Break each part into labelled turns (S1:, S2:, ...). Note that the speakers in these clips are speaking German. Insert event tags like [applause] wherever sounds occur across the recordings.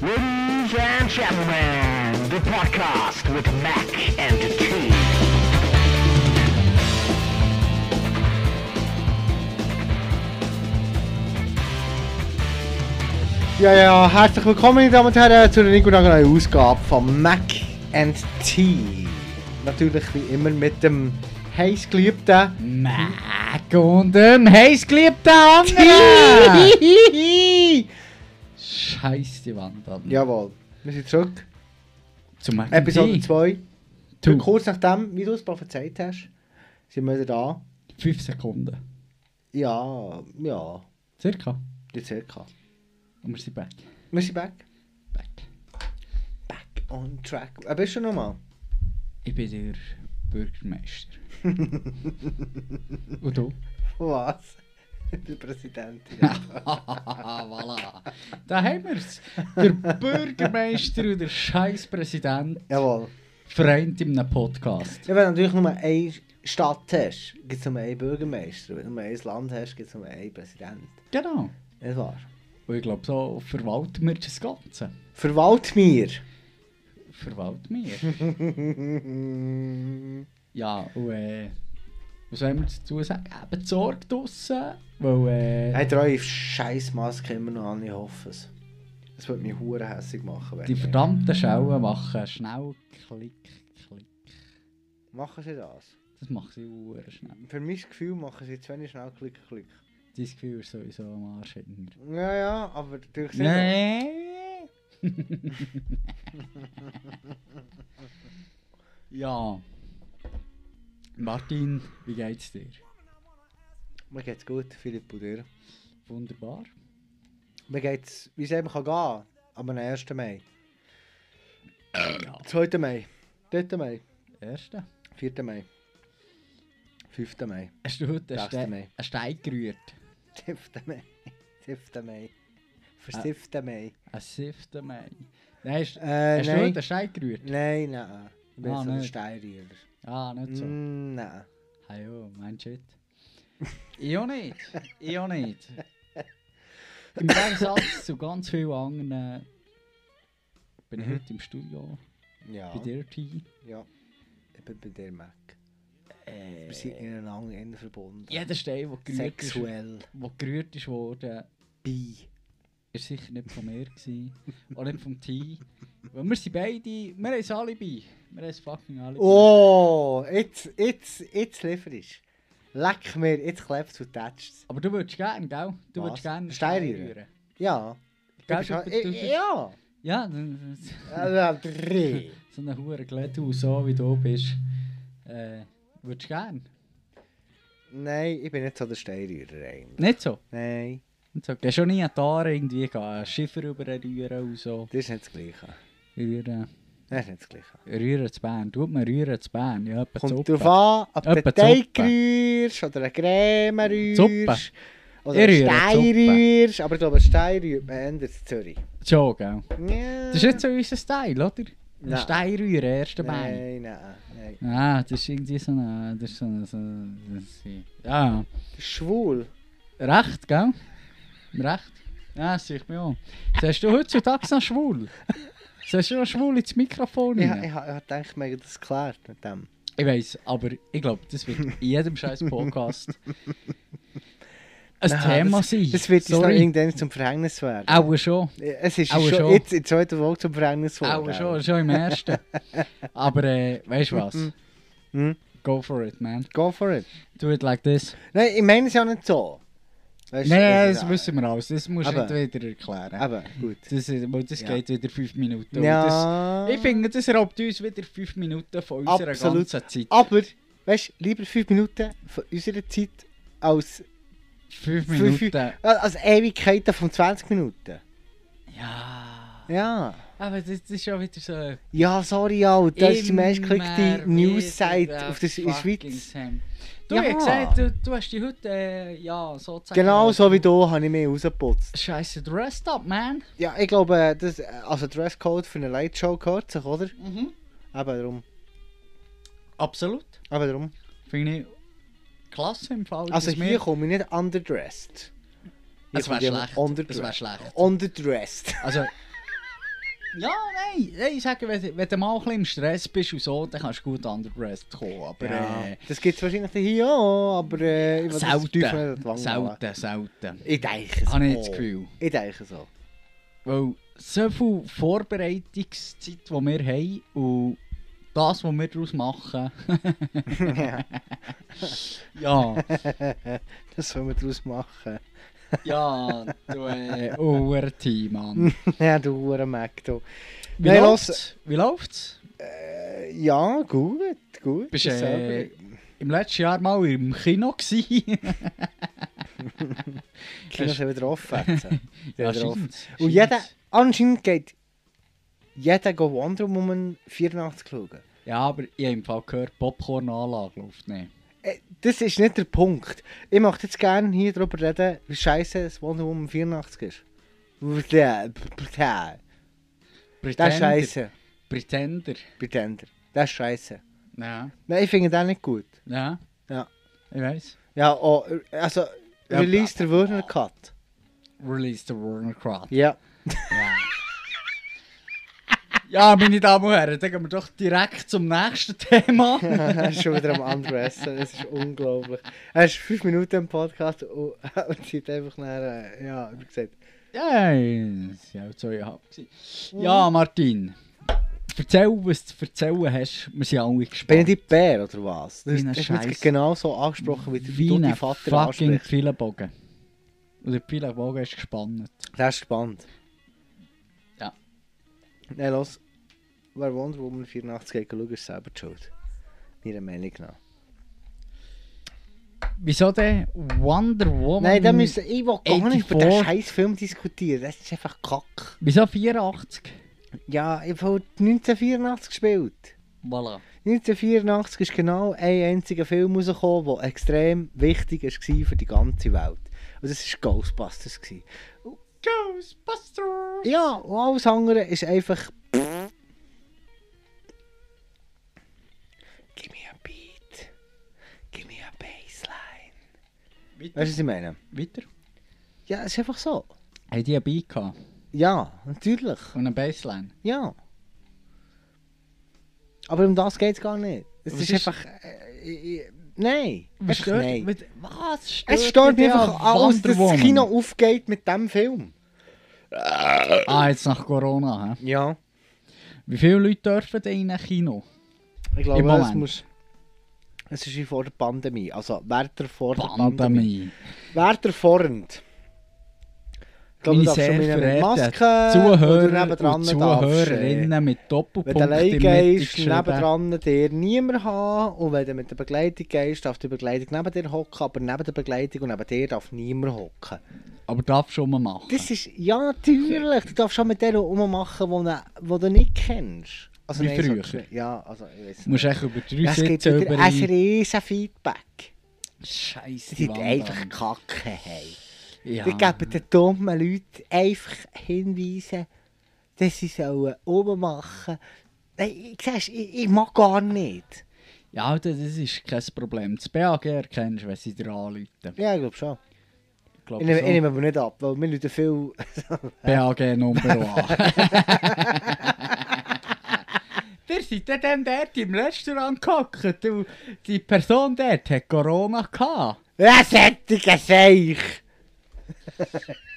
S1: Ladies and gentlemen, the podcast with Mac and T.
S2: Ja, ja, herzlich willkommen, meine Damen und Herren, zu einer neuen Ausgabe von Mac and Tea. Natürlich wie immer mit dem heißgeliebten
S3: Mac und dem
S2: [laughs]
S3: heißgeliebten anderen. Scheiß die Wand an.
S2: Jawohl, wir sind zurück.
S3: Zu Mac and
S2: Episode
S3: Tea.
S2: 2.
S3: Du.
S2: Kurz nachdem, wie du es prophezeit hast, sind wir wieder da.
S3: Fünf Sekunden.
S2: Ja, ja,
S3: Circa.
S2: die circa.
S3: Und wir sind back.
S2: Wir sind back.
S3: Back.
S2: Back on track. Wer bist du nochmal?
S3: Ich bin der Bürgermeister. und du? [laughs]
S2: [laughs] Was? Der Präsident.
S3: voilà. Da haben wir's. Der Bürgermeister und der Scheißpräsident
S2: Jawohl.
S3: vereint in einem Podcast.
S2: Ja, wenn du natürlich nur eine Stadt hast, gibt es nur einen Bürgermeister. Wenn du nur ein Land hast, gibt es nur einen Präsident.
S3: Genau.
S2: Das wahr.
S3: Und ich glaube, so verwalten wir das Ganze.
S2: Verwalt mir!
S3: [laughs] Verwalt mir. Ja, und äh, was soll man dazu sagen? Eben die Sorge draussen, weil äh,
S2: Hat er eure Scheißmaske immer noch an? Ich hoffe es. Das würde mich hure hässig machen. Wenn
S3: die verdammten Schauen machen schnell Klick, Klick.
S2: Machen sie das?
S3: Das macht sie sehr schnell.
S2: Für mein Gefühl machen sie zu wenig schnell Klick, Klick.
S3: Dein Gefühl ist sowieso am Arsch hinten.
S2: Ja, ja, aber durch sie.
S3: Nee. [laughs] ja. Martin, wie geht's dir?
S2: Mir geht's gut, Philipp und dir.
S3: Wunderbar.
S2: Mir geht's, wie es eben kann gehen. Am 1. Mai.
S3: Eh, Ja.
S2: 2. Mai. 3. Mai.
S3: Erste.
S2: 4. Mai. 5. Mai.
S3: Hast du heute einen
S2: Sechste
S3: Ste-
S2: Mai.
S3: einen Stein gerührt?
S2: 7. Mai. 7. Mai. Für
S3: Ah.
S2: 7. Mai.
S3: Ein siebter Mai. Nein, hast,
S2: Äh,
S3: hast du heute
S2: nein.
S3: einen Stein gerührt?
S2: Nein, nein. Ich bin
S3: Ah,
S2: so ein
S3: nicht.
S2: Steinrührer.
S3: Ah, nicht so. oh,
S2: Mm, nein.
S3: Hallo, mein Shit. Ich auch nicht. Ich auch nicht. Im Gegensatz zu ganz vielen anderen bin ich
S2: Mhm.
S3: heute im Studio
S2: Ja.
S3: bei dir, T.
S2: Ja. Ich bin bei dir, Mac.
S3: Äh,
S2: Wir sind ineinander innen verbunden.
S3: jeder Stein, der gerührt, ist,
S2: Sexuell.
S3: wo gerührt ist worden,
S2: Bi.
S3: ist sicher nicht von mir gewesen. auch nicht vom T. Weil wir sind beide, wir haben ein Alibi. Wir haben ein fucking Alibi.
S2: Oh, jetzt, jetzt, jetzt liefer ich. Leck mir, jetzt klebst du und tätschst.
S3: Aber du würdest gerne, gell? Du
S2: Was?
S3: würdest gerne
S2: Stein rühren? Ja. Du
S3: Gell,
S2: bist
S3: du-
S2: halt-
S3: du-
S2: Ich-
S3: du-
S2: Ja.
S3: Ja, dann-
S2: Also, drei.
S3: So eine hure Glätthaus, so wie du bist. Äh, würdest du gern?
S2: Nein, ich bin nicht so der Steinrührer eigentlich.
S3: Nicht so.
S2: Nein,
S3: Nicht so. Gehst schon nie an die Aare irgendwie gehen, einen Schiffer rüberrühren und so.
S2: das ist nicht das Gleiche.
S3: Rühren.
S2: Das ist nicht das Gleiche.
S3: Rühren zu Bern. Tut man rühren zu Bern. Ja, etwa
S2: Kommt
S3: Suppe.
S2: drauf an, ob du
S3: Etwa die Suppe.
S2: Teig rührst oder eine Creme rührst. Oder einen
S3: Ich rühre die
S2: Stein
S3: Suppe.
S2: rührst. Aber ich glaube, einen Stein rührt man eher in Zürich.
S3: Schon, gell?
S2: Ja.
S3: Das ist nicht so unser Style, oder? Ein
S2: Nein.
S3: Stein rühren, erste
S2: Nein,
S3: Bein.
S2: nein, nein.
S3: Ah, das ist irgendwie so eine... Das ist so eine... So, das- eh, ja,
S2: Das ist schwul.
S3: recht, gell? Recht. Ja, das ich mir auch. Siehst du heutzutage noch schwul? Siehst du noch schwul ins Mikrofon?
S2: Ich,
S3: rein?
S2: ich, ich, ich denke, wir haben das geklärt mit dem.
S3: Ich weiß, aber ich glaube, das wird in jedem scheiß Podcast ein Thema
S2: das,
S3: sein.
S2: Das wird uns noch
S3: Sorry.
S2: irgendwann zum Verhängnis werden.
S3: Auch schon.
S2: Es ist
S3: Auch
S2: schon,
S3: schon.
S2: jetzt in der zweiten Folge zum Verhängnis
S3: Auch
S2: worden.
S3: schon, schon im ersten. aber äh, weißt
S2: Mhm.
S3: du was?
S2: Hm?
S3: Go for it, man.
S2: Go for it.
S3: Do it like this.
S2: Nein, ich meine es ja nicht so. Weißt, du,
S3: Nein,
S2: es
S3: das
S2: ist-
S3: wissen wir alles. Das musst du
S2: Aber-
S3: nicht wieder erklären.
S2: Aber gut.
S3: Das, ist- weil das
S2: Ja.
S3: geht wieder fünf Minuten. Und
S2: Ja.
S3: Das, ich finde, das raubt uns wieder fünf Minuten von unserer
S2: Absolut.
S3: ganzen Zeit.
S2: Aber, weißt du, lieber 5 Minuten von unserer Zeit als,
S3: Fünf
S2: fünf- äh,
S3: Minuten.
S2: als Ewigkeiten von 20 Minuten.
S3: Ja.
S2: Ja.
S3: Aber das, das ist ja wieder so...
S2: Ja, sorry, Alter, das ist die
S3: Immer
S2: meistgeklickte
S3: wieder
S2: News-Site
S3: der
S2: auf der Sch- in der
S3: fucking
S2: Schweiz.
S3: Sam. Du
S2: dus Ja.
S3: hast gesagt, du, du hast dich heute äh, ja, sozusagen.
S2: Genau so wie du habe ich mich rausgeputzt.
S3: Scheiße, dressed up, man.
S2: Ja, ich glaube, das, also Dresscode für eine Lightshow gehört sich, oder? Eben
S3: Mhm.
S2: darum.
S3: Absolut.
S2: Eben darum.
S3: Finde ich klasse im Fall.
S2: Also
S3: dass
S2: hier
S3: wir-
S2: komme ich nicht underdressed. Hier
S3: Es wäre
S2: kommt jemand
S3: schlecht. Es wäre
S2: Underdressed.
S3: schlecht.
S2: Underdressed.
S3: Also, Ja, nein, nein, ich sage, wenn, wenn du mal ein bisschen im Stress bist und so, dann kannst du gut underdressed kommen, aber äh,
S2: Das gibt es wahrscheinlich hier auch, aber äh, ich will das tief nicht
S3: selten,
S2: lang
S3: selten, selten.
S2: Ich denke so.
S3: Habe ich das Gefühl.
S2: Ich denke so.
S3: Weil so viel Vorbereitungszeit, die wir haben und das, was wir
S2: [laughs]
S3: daraus machen,
S2: ja,
S3: ja,
S2: das sollen wir daraus machen.
S3: ja, du äh, Oberteam, Mann.
S2: [laughs] ja, du Hurenmack, du.
S3: Wie
S2: Hm. Nein,
S3: läuft's? Wie läuft's?
S2: Äh, ja, gut, gut.
S3: Bist
S2: das
S3: äh, im letzten Jahr mal im Kino gewesen?
S2: Kino
S3: hast-
S2: schon wieder offen. [laughs] jetzt.
S3: [laughs] ja,
S2: Wieder offen.
S3: scheint's,
S2: Und jeder,
S3: scheint's.
S2: anscheinend geht jeder geht Wonder Woman 84 schauen.
S3: Ja, aber ich habe im Fall gehört, Popcorn-Anlage läuft nicht.
S2: Äh, Das ist nicht der Punkt. Ich möchte jetzt gerne hier darüber reden, wie scheiße das Wonder Woman 84 ist. Der, der, der ist scheiße,
S3: Pretender.
S2: Pretender. Der ist scheiße.
S3: Ja,
S2: Nein, ich finde den nicht gut.
S3: ja.
S2: Ja.
S3: Ich weiß.
S2: Ja, oh, also,
S3: Ja,
S2: Release der Werner Cut.
S3: Release the Warner Crowd.
S2: Ja.
S3: Ja. [laughs] ja, meine Damen und Herren, dann gehen wir doch direkt zum nächsten
S2: [laughs]
S3: [laughs] Thema.
S2: er ist schon wieder am Andressen. Es ist unglaublich. Er ist fünf Minuten im Podcast und,
S3: Oh, [laughs]
S2: und sieht einfach
S3: eh,
S2: nachher, äh, ja, wie gesagt.
S3: ja, es war auch zweieinhalb.
S2: Mhm.
S3: gewesen. Ja, Martin, erzähl, was du zu erzählen hast. Wir sind alle
S2: Bin
S3: gespannt.
S2: ich die Bär oder was? Dus Das
S3: Wie ein
S2: ist mich
S3: Scheiss.
S2: genau so angesprochen, wie,
S3: wie
S2: du
S3: ein
S2: die Vater
S3: fucking
S2: ansprichst.
S3: Pfeilenbogen. Und der Pfeilenbogen ist gespannt.
S2: Das ist spannend.
S3: Ja.
S2: Nein, los. Wer Wonder Woman 84 geht schauen, ist selber die schuld. Meiner Meinung nach.
S3: Wieso denn Wonder Woman?
S2: Nein, da müssen, ich will gar nicht über
S3: 84.
S2: den scheiß Film diskutieren. Das ist einfach Kack.
S3: Wieso 84?
S2: Ja, ich habe 1984 gespielt.
S3: Voilà.
S2: 1984 ist genau ein einziger Film rausgekommen, der extrem wichtig war für die ganze Welt. Und das war Ghostbusters. gewesen.
S3: Ghostbusters!
S2: Ja, und alles andere ist einfach. Give me a beat. Give me a bassline.
S3: Weiter.
S2: Weißt du, was ich meine?
S3: Weiter.
S2: Ja, es ist einfach so.
S3: Haben die einen Beat gehabt?
S2: Ja, natürlich.
S3: Und eine Bassline?
S2: Ja. Aber um das geht es gar nicht. Es
S3: Was
S2: ist,
S3: ist-
S2: einfach. Äh, ich- ich- nein.
S3: Was
S2: Einfach nein.
S3: mit, was stört
S2: Es stört
S3: dich
S2: mich einfach
S3: an
S2: alles,
S3: Wonder
S2: dass das
S3: Woman?
S2: Kino aufgeht mit diesem Film.
S3: Ah, jetzt nach Corona. He?
S2: Ja,
S3: Wie viele Leute dürfen denn in ein Kino?
S2: ich
S3: Im
S2: glaube,
S3: Moment.
S2: es muss. Es ist wie vor der Pandemie. Also, wer der vor der Pandemie.
S3: Pandemie.
S2: Wer der vorend. Ich glaube, du
S3: Meine
S2: darfst schon
S3: sehr
S2: mit einer
S3: verehrten
S2: Maske
S3: Zuhörer
S2: oder
S3: und Zuhörerinnen mit
S2: Wenn du
S3: Doppelpunkt
S2: allein
S3: im Mitte
S2: gehst,
S3: geschrieben.
S2: nebendran dir niemand haben. Und wenn du mit der Begleitung gehst, darf die Begleitung neben dir hocken. Aber neben der Begleitung und neben dir darf niemand hocken.
S3: Aber darf schon mal machen.
S2: Das ist, ja natürlich, du darfst schon mit denen rummachen, die ne- die du nicht kennst. Also
S3: Wie
S2: nein, so
S3: früher.
S2: geschri- ja, also ich weiss
S3: Du musst echt über drei
S2: Es gibt
S3: Sitze
S2: wieder
S3: über...
S2: ein riesen Feedback.
S3: Scheiße,
S2: Die sind einfach kacke. Hey.
S3: Ja.
S2: Die geben den dummen Leuten einfach Hinweise, dass sie sollen rummachen Nein, ich, siehst, ich, ich mag gar nicht.
S3: ja, Alter, das ist kein Problem. Das BAG erkennst du, wenn sie dir anrufen.
S2: Ja, ich glaube schon.
S3: Ich glaube
S2: Ich nehme, ich
S3: so.
S2: nehme aber nicht ab, weil wir Leute viel... [laughs]
S3: BAG Nummer 1. [laughs] Ihr seid ja dann dort im Restaurant gehockt und die Person dort hat Corona gehabt.
S2: Was hätte ich gesagt?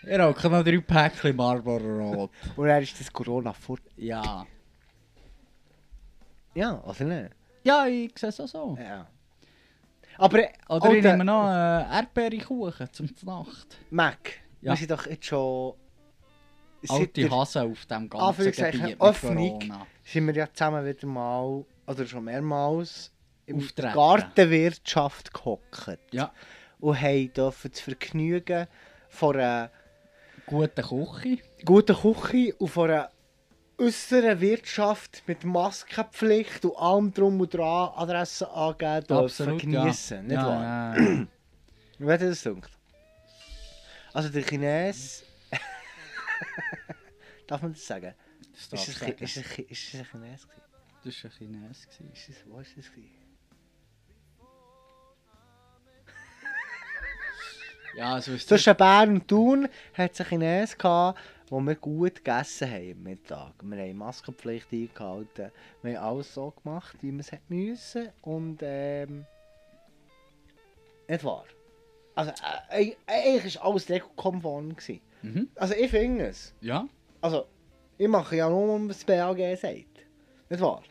S3: Ihr raucht noch drei Päckchen Marlboro Rot.
S2: Und dann ist das Corona fort.
S3: Ja.
S2: Ja, also nicht.
S3: Ja, ich sehe es auch so.
S2: Ja. Aber äh,
S3: Oder ich
S2: alter,
S3: nehme noch äh, Erdbeerkuchen zum Nacht.
S2: Mac,
S3: Ja.
S2: wir sind doch jetzt schon seit
S3: Alte
S2: der-
S3: Hasen auf dem ganzen
S2: Anführungszeichen,
S3: Gebiet mit
S2: Öffnung.
S3: Corona.
S2: sind wir ja zusammen wieder mal oder schon mehrmals im
S3: Auftreten.
S2: Gartenwirtschaft gehockt
S3: Ja.
S2: und haben dürfen das Vergnügen von einer
S3: Gute Küche.
S2: guten Küche und von einer äußeren Wirtschaft mit Maskenpflicht und allem drum und dran Adressen angeben dürfen
S3: Absolut, ja.
S2: geniessen, nicht
S3: ja,
S2: wahr?
S3: Ja, ja.
S2: Wie hat er das gedacht? Also der
S3: [laughs]
S2: Chines. Darf man [clears throat] das sagen?
S3: Das darf
S2: Ist
S3: ich
S2: es,
S3: sagen.
S2: ist, es, ist, es, ein Chines? gewesen?
S3: Das war ein Chines. gewesen.
S2: Ist es, wo ist es? gewesen?
S3: Ja, so ist
S2: Zwischen Bern und Thun hat es einen Chinesen gehabt, wo wir gut gegessen haben am Mittag. Wir haben Maskenpflicht eingehalten. Wir haben alles so gemacht, wie wir es hätten müssen. Und ähm. Nicht wahr. Also, äh, äh, eigentlich war alles regelkonform. gewesen.
S3: Mhm.
S2: Also, ich finde es.
S3: Ja,
S2: Also, ich mache ja nur, was das BAG sagt. Nicht wahr?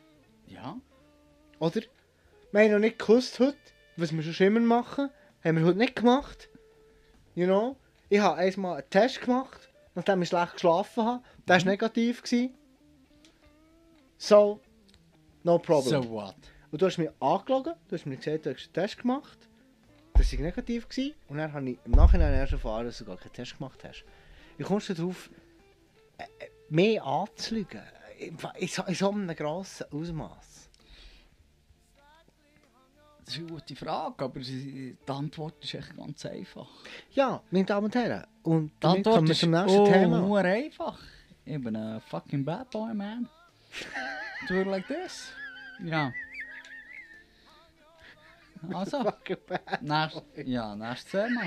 S3: ja.
S2: Oder? Wir haben noch nicht geküsst heute, was wir schon immer machen. Haben wir heute nicht gemacht. You know? Ich habe einmal einen Test gemacht, nachdem ich schlecht geschlafen habe. Der war negativ. Gewesen. So, no problem.
S3: So what?
S2: Und du hast mich angelogen, du hast mir gesagt, du hast einen Test gemacht. Das war negativ. Gewesen. Und dann habe ich im Nachhinein erst erfahren, dass du gar keinen Test gemacht hast. Wie kommst du darauf, äh, äh, mehr anzulügen? äh, In, in, so- in so einem grossen Ausmaß.
S3: Das ist eine gute Frage, aber sie- die Antwort ist echt ganz einfach.
S2: Ja, meine Damen und Herren. Und
S3: Die
S2: damit kommen
S3: Antwort
S2: wir
S3: ist oh,
S2: zum nächsten Thema.
S3: nur einfach. Ich bin ein fucking bad
S2: [laughs]
S3: boy, man. Do it like this. Ja.
S2: [laughs]
S3: Also, nächst, ja, nächstes Thema.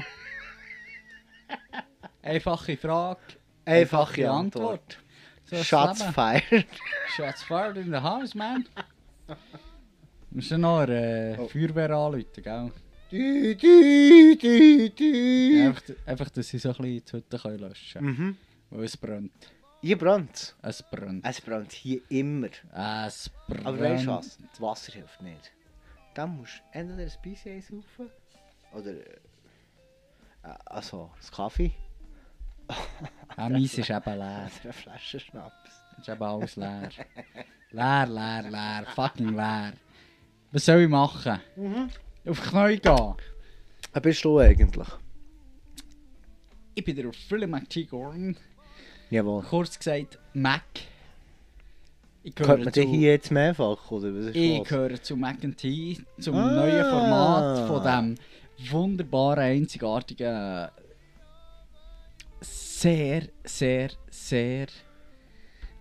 S3: Einfache Frage.
S2: Einfache Antwort.
S3: So ist das
S2: Shots
S3: Leben.
S2: fired.
S3: [laughs] Shots fired in the house, man.
S2: [laughs]
S3: Musst du noch äh,
S2: Oh.
S3: Feuerwehr anrufen, gell?
S2: Du, du, du, du.
S3: Einfach, einfach, dass sie so ein bisschen die Hütte können löschen können.
S2: Mhm.
S3: Weil es brennt.
S2: Hier brennt
S3: Es brennt.
S2: es. brennt hier immer.
S3: Es brennt.
S2: Aber weißt du was? Das Wasser hilft nicht. Dann musst du entweder ein bisschen Eis rauf oder. äh, Also, das Kaffee [laughs]
S3: Ah, meins ist eben leer.
S2: oder eine Flasche Schnaps.
S3: Es ist eben alles leer. Leer, leer, leer. Fucking leer. Was soll ich machen? Auf die Knie gehen.
S2: Wer bist du eigentlich?
S3: Ich bin der Philly McGorn.
S2: Jawohl.
S3: Kurz gesagt, Mac. Ich gehöre
S2: Könnte man
S3: zu-
S2: den hier jetzt mehrfach? Oder was ist
S3: Ich
S2: los?
S3: gehöre zu Mac and Tea, zum
S2: Ah.
S3: neuen Format von dem wunderbaren, einzigartigen, sehr, sehr, sehr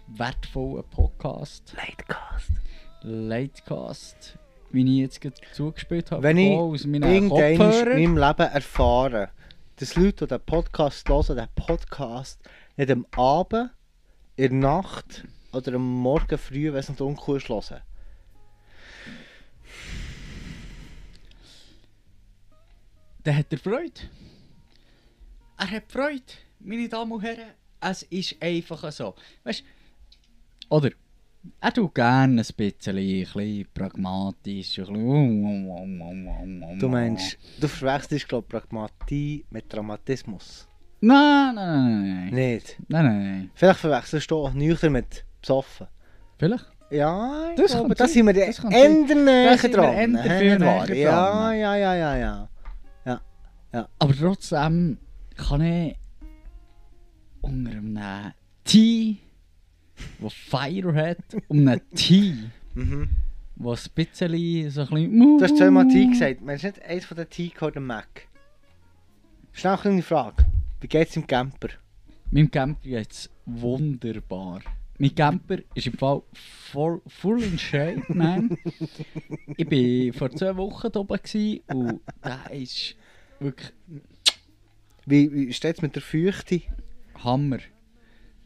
S3: wertvollen Podcast,
S2: Lightcast.
S3: Lightcast, wie ich jetzt gerade zugespielt habe,
S2: Wenn ich
S3: bekommen aus meinen
S2: irgendwann in
S3: Kopfhörern.
S2: meinem Leben erfahren, dass Leute, die den Podcast hören, den Podcast nicht am Abend, in der Nacht oder am Morgen früh, wenn es noch dunkel ist, hören.
S3: Dann hat er Freude. Er hat Freude, meine Damen und Herren. Es ist einfach so. Weißt oder? Er tut gerne ein bisschen, ein bisschen pragmatisch. Ein bisschen
S2: Du meinst, du verwechselst, glaube ich, Pragmatie mit Dramatismus.
S3: Nein, nein, nein, nein.
S2: Nicht.
S3: Nein, nein, nein.
S2: Vielleicht verwechselst du auch nüchtern mit besoffen.
S3: Vielleicht?
S2: Ja, ich
S3: Das
S2: glaube,
S3: kann
S2: da
S3: sein.
S2: sind wir
S3: Das kann
S2: ändern näher
S3: Da sind wir
S2: dran.
S3: änder
S2: hä,
S3: viel
S2: nicht wahr?
S3: näher
S2: Ja,
S3: dran.
S2: ja, ja, ja, ja.
S3: Aber trotzdem kann ich unter einem Tee, der Fire hat, um einen Tee,
S2: Mhm.
S3: der ein bisschen so ein bisschen.
S2: Du hast zweimal Tee gesagt. Man ist nicht eins von den Tee gehört, der Mac. Schnell eine kleine Frage. Wie geht's im Camper?
S3: Meinem Camper jetzt wunderbar. Mein Camper ist im Fall voll, full in shape, man. ich war vor zwei Wochen da oben gewesen und der ist wirklich
S2: Wie, wie steht's mit der Feuchte?
S3: Hammer.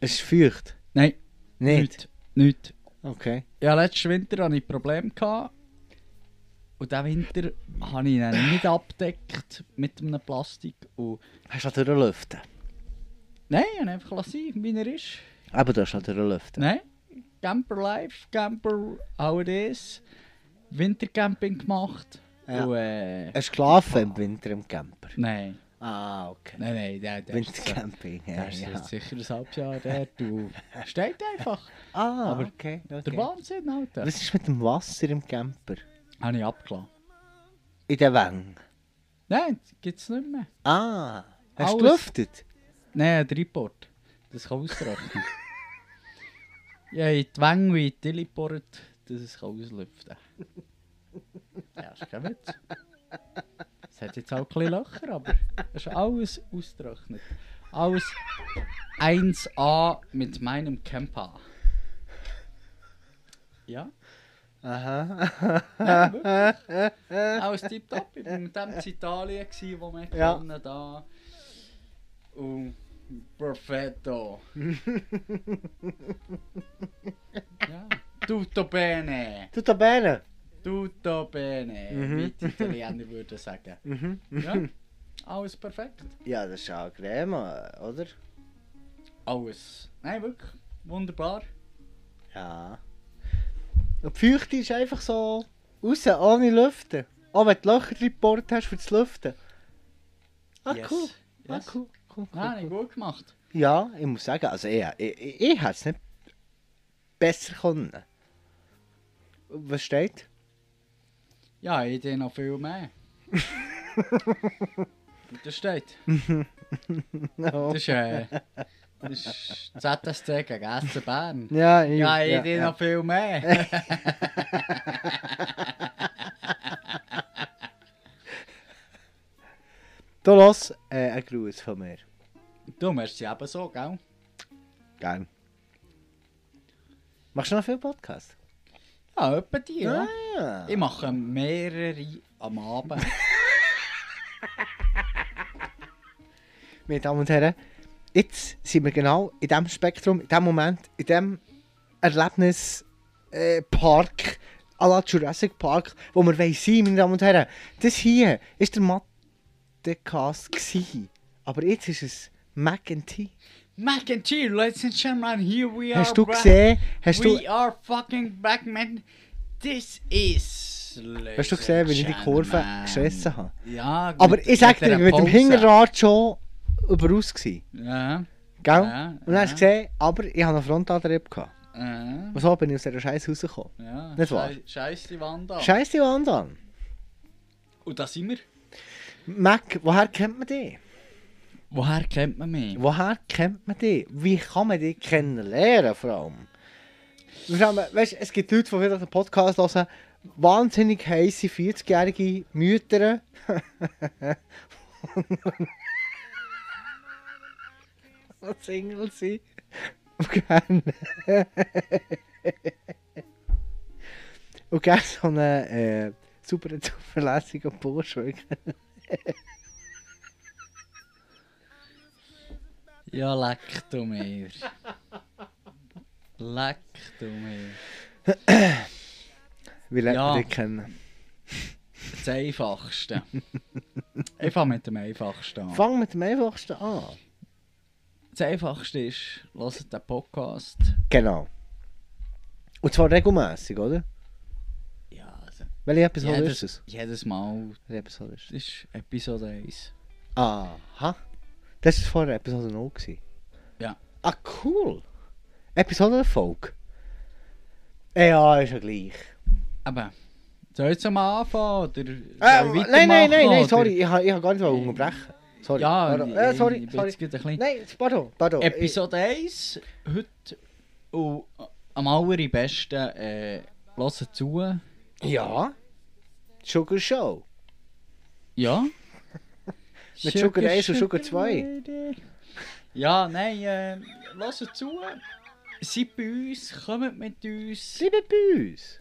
S2: Es ist feucht.
S3: Nein,
S2: Nicht?
S3: nicht. Nicht.
S2: Okay.
S3: Ja, letzten Winter hatte ich Probleme. Gehabt. Und diesen Winter habe ich ihn nicht abgedeckt mit einem Plastik. Und
S2: Hast du an der Lüften?
S3: Nein, ich habe ihn einfach lassen, wie er ist.
S2: Aber du hast an der Lüften.
S3: Nein, Camper Life, Camper, how it is. Wintercamping gemacht.
S2: Ja.
S3: Und, äh,
S2: Hast du geschlafen im Winter im Camper?
S3: nein,
S2: Ah, okay.
S3: nein, nein, der, der ist so-
S2: Wintercamping, ja.
S3: der ist
S2: ja.
S3: jetzt sicher ein halbes Jahr
S2: [laughs]
S3: dort und steht einfach.
S2: Ah,
S3: Aber
S2: okay.
S3: Der
S2: okay.
S3: Wahnsinn, Alter.
S2: Was ist mit dem Wasser im Camper?
S3: Habe ich abgelassen.
S2: In den Wängen?
S3: Nein, das gibt es nicht mehr.
S2: Ah. Hast du
S3: Alles.
S2: [laughs] gelüftet?
S3: Nein, ein Report. Das
S2: [laughs]
S3: kann austrocknen. ja, in die Wänge wie in die Teleport, dass es kann auslüften [laughs] Ja, ist kein Witz. Es hat jetzt auch ein bisschen Löcher, aber es ist alles austrocknet. Alles 1A mit meinem Camper. Ja,
S2: Aha.
S3: [laughs] Nein, wirklich. alles tipptopp. Ich war mit dem in Italien, gewesen, wo wir
S2: Ja.
S3: können, da Perfetto. ja. Tutto bene.
S2: Tutto bene.
S3: Tutto bene.
S2: Mhm.
S3: Wie die Italiener würden sagen.
S2: [laughs] Mhm.
S3: Ja. Alles perfekt.
S2: Ja, das ist auch Creme, oder?
S3: Alles. Nein, wirklich. Wunderbar.
S2: Ja. Und die Feuchte ist einfach so raus, ohne Lüften. Auch wenn du Löcher drin gebohrt hast für das Lüften. Ah,
S3: Yes.
S2: cool. Ah,
S3: Yes.
S2: cool. cool, cool,
S3: Nein,
S2: cool.
S3: habe ich gut gemacht.
S2: Ja, ich muss sagen, also ich, ich, ich, ich hätte es nicht besser können. Was steht? [laughs]
S3: Ja, ich hätte noch viel mehr. das steht. Das
S2: No.
S3: ist, äh, das ist ZSC gegen SC Bern.
S2: Ja, ich,
S3: Ja, ich hätte noch viel
S2: [laughs]
S3: mehr.
S2: Du los, äh, ein Gruß von mir.
S3: du merci eben so, gell?
S2: Gern. Machst du noch viel Podcast? Ah,
S3: Ja, etwa die, ja.
S2: Ja.
S3: Ich mache mehrere am Abend.
S2: Meine Damen und Herren, jetzt sind wir genau in diesem Spektrum, in diesem Moment, in diesem Erlebnispark, äh, Park, à la Jurassic Park, wo wir wollen sein meine Damen und Herren. Das hier war der Mathe-Cast. gewesen. Aber jetzt ist es Mac and Tea.
S3: Mac and cheese, ladies and gentlemen, here we are.
S2: Hast du
S3: back.
S2: gesehen? Hast du,
S3: We are fucking back, man. This is.
S2: hast du gesehen, wie ich die Kurve geschissen
S3: geschrissen
S2: habe?
S3: Ja, gut,
S2: Aber ich sag dir, ich war
S3: dieser
S2: mit dem
S3: Pause.
S2: Hinterrad schon überaus. Gewesen,
S3: Ja,
S2: gell?
S3: Ja,
S2: und dann hast du
S3: ja.
S2: gesehen, aber ich hatte einen Frontadantrieb. gehabt.
S3: ja.
S2: Und so bin ich aus dieser Scheiße rausgekommen.
S3: ja.
S2: Nicht wahr?
S3: Schei- Scheiss die Wand an.
S2: Scheiß die Wand an.
S3: Und da sind wir.
S2: Mac, woher kennt man dich?
S3: Woher kennt man mich?
S2: Woher kennt man dich? Wie kann man dich kennenlernen, vor allem? Wir sagen, weißt, es gibt Leute, die vielleicht den Podcast hören, wahnsinnig heiße 40-jährige Mütter. [laughs] Und Single sind. Und gerne. Und gerne so einen äh, super zuverlässigen Bursch. wirklich.
S3: Ja, leck du mir. leck du mir.
S2: Wie lernt
S3: Ja.
S2: man dich kennen?
S3: Das Einfachste. ich fange mit dem Einfachsten an.
S2: Fang mit dem einfachsten an.
S3: Das Einfachste ist, hört den Podcast.
S2: Genau. Und zwar regelmässig, oder?
S3: Ja, also.
S2: Welche Episode ist
S3: jedes,
S2: es?
S3: jedes Mal.
S2: Welche Episode ist
S3: Das ist Episode 1.
S2: es? Aha. Das war vorher Episode 0 gewesen.
S3: Ja.
S2: Ah, cool. Episode Erfolg. Ja, ist ja gleich.
S3: Aber, soll ich jetzt mal anfangen? Oder
S2: Äh,
S3: soll
S2: nein,
S3: ich
S2: nein, nein,
S3: weitermachen,
S2: nein,
S3: oder-
S2: sorry, ich habe ich hab gar nicht wollen unterbrechen. Sorry.
S3: Ja,
S2: pardon. Äh, sorry,
S3: ich bin
S2: sorry.
S3: jetzt gerade ein bisschen-
S2: Nein, pardon, pardon.
S3: Episode 1, heute und am allerbesten äh, hören zu.
S2: Ich- Ja. Sugar Show.
S3: Ja.
S2: Mit Sugar 1 und Sugar 2.
S3: Ja, nein, äh, hört zu. Seid bei uns, kommt mit uns,
S2: Bleibt bei uns.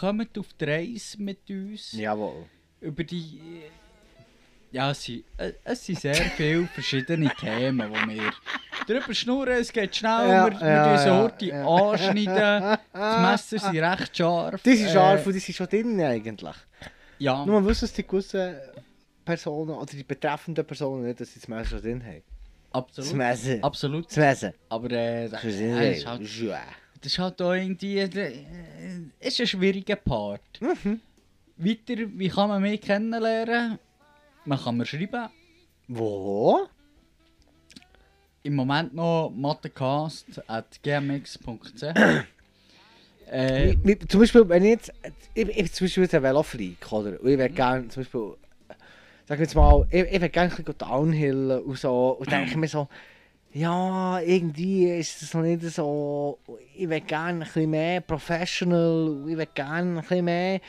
S3: kommt auf die Reise mit uns.
S2: Jawohl.
S3: Über die. äh, Ja, es sind, äh, es sind sehr viele verschiedene Themen, die wir drüber schnurren. Es geht schnell,
S2: Ja,
S3: wir, wir
S2: ja,
S3: ja,
S2: ja,
S3: Sorte
S2: ja.
S3: anschneiden. Die
S2: [laughs]
S3: Messer sind recht scharf. Äh,
S2: Die sind scharf und die sind schon drin eigentlich.
S3: Ja,
S2: Nur man wissen es die gewissen Personen oder die betreffenden Personen nicht, dass sie das Messer schon drin haben. Das
S3: absolut.
S2: Messer.
S3: Absolut.
S2: Das Messer.
S3: Aber äh, das,
S2: Das ist
S3: äh, ist halt,
S2: drin. Ja.
S3: das ist halt auch irgendwie. äh, ist ein schwieriger Part.
S2: Mhm.
S3: Weiter, wie kann man mich kennenlernen? Man kann mir schreiben.
S2: Wo?
S3: im Moment noch [coughs] mattecast.gmx.ch. äh,
S2: Wie- wie- Zum Beispiel, wenn ich jetzt. Ich, ich zum Beispiel jetzt ein Velofreak, oder? Und ich würde gerne zum Beispiel. Sag jetzt mal, ich, ich würde gerne ein bisschen Downhill und so. Und denke mir so, ja, irgendwie ist das noch nicht so. Ich würde gerne ein bisschen mehr professional. und Ich würde gerne ein bisschen mehr.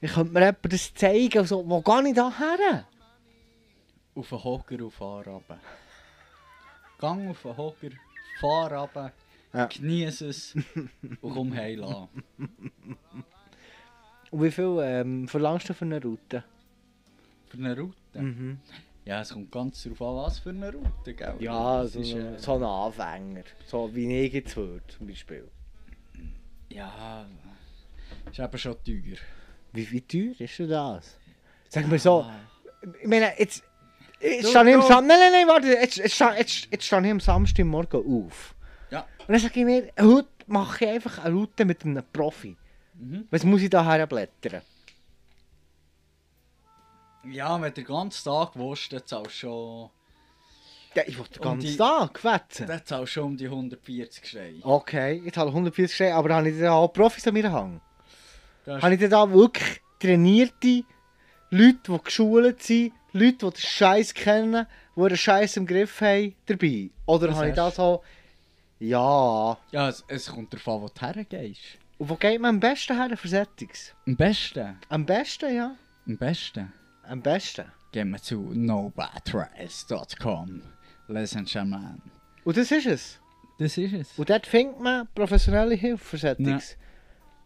S2: Ich könnte mir jemandem das zeigen. Und so, wo gehe ich da her?
S3: auf den Hocker und fahr runter. Gang auf den Hocker, fahr runter,
S2: Ja.
S3: geniess es und komm heil an.
S2: ehm, Und wie viel ähm, verlangst du für eine Route?
S3: Für eine Route.
S2: Mhm.
S3: Ja, es kommt ganz darauf an, was für eine Route, gell?
S2: Ja,
S3: Das
S2: so,
S3: äh,
S2: so ein Anfänger. So wie ich jetzt würde, zum Beispiel.
S3: äh, Ja, ist eben schon teuer.
S2: Wie, wie teuer ist denn das? Sag mir so,
S3: Ah,
S2: ich meine, jetzt. Jetzt
S3: Du-
S2: stand ich am
S3: du-
S2: Samstag. Nein, nein, nein, warte. Jetzt, jetzt, stand- jetzt, jetzt stand ich am Samstagmorgen auf.
S3: Ja.
S2: Und dann sage ich mir, heute mache ich einfach eine Route mit einem Profi.
S3: Mhm.
S2: Was muss ich da herblättern?
S3: ja, wenn du den ganzen Tag willst, dann zahlst du schon,
S2: Ja, ich wollte den
S3: Um
S2: ganzen
S3: die-
S2: Tag wetten.
S3: dann zahlst du schon um die 140 Steine.
S2: Okay, jetzt habe ich 140 Steine, aber habe ich da auch Profis an mir hang?
S3: Das
S2: Habe ich denn da wirklich trainierte Leute, die geschult sind, Leute, die den Scheiß kennen, die den Scheiß im Griff haben, dabei? Oder
S3: Das
S2: habe ich da
S3: hast-
S2: so. Ja.
S3: Ja, es, es kommt darauf an, wo du hergehst.
S2: Und wo geht man am besten her für Settings?
S3: Am besten,
S2: Am besten, ja.
S3: am besten
S2: Am besten.
S3: gehen wir zu nobadrice.com. Lesen Schaman.
S2: Und das ist es.
S3: Das ist es.
S2: Und dort findet man professionelle Hilfe für Settings.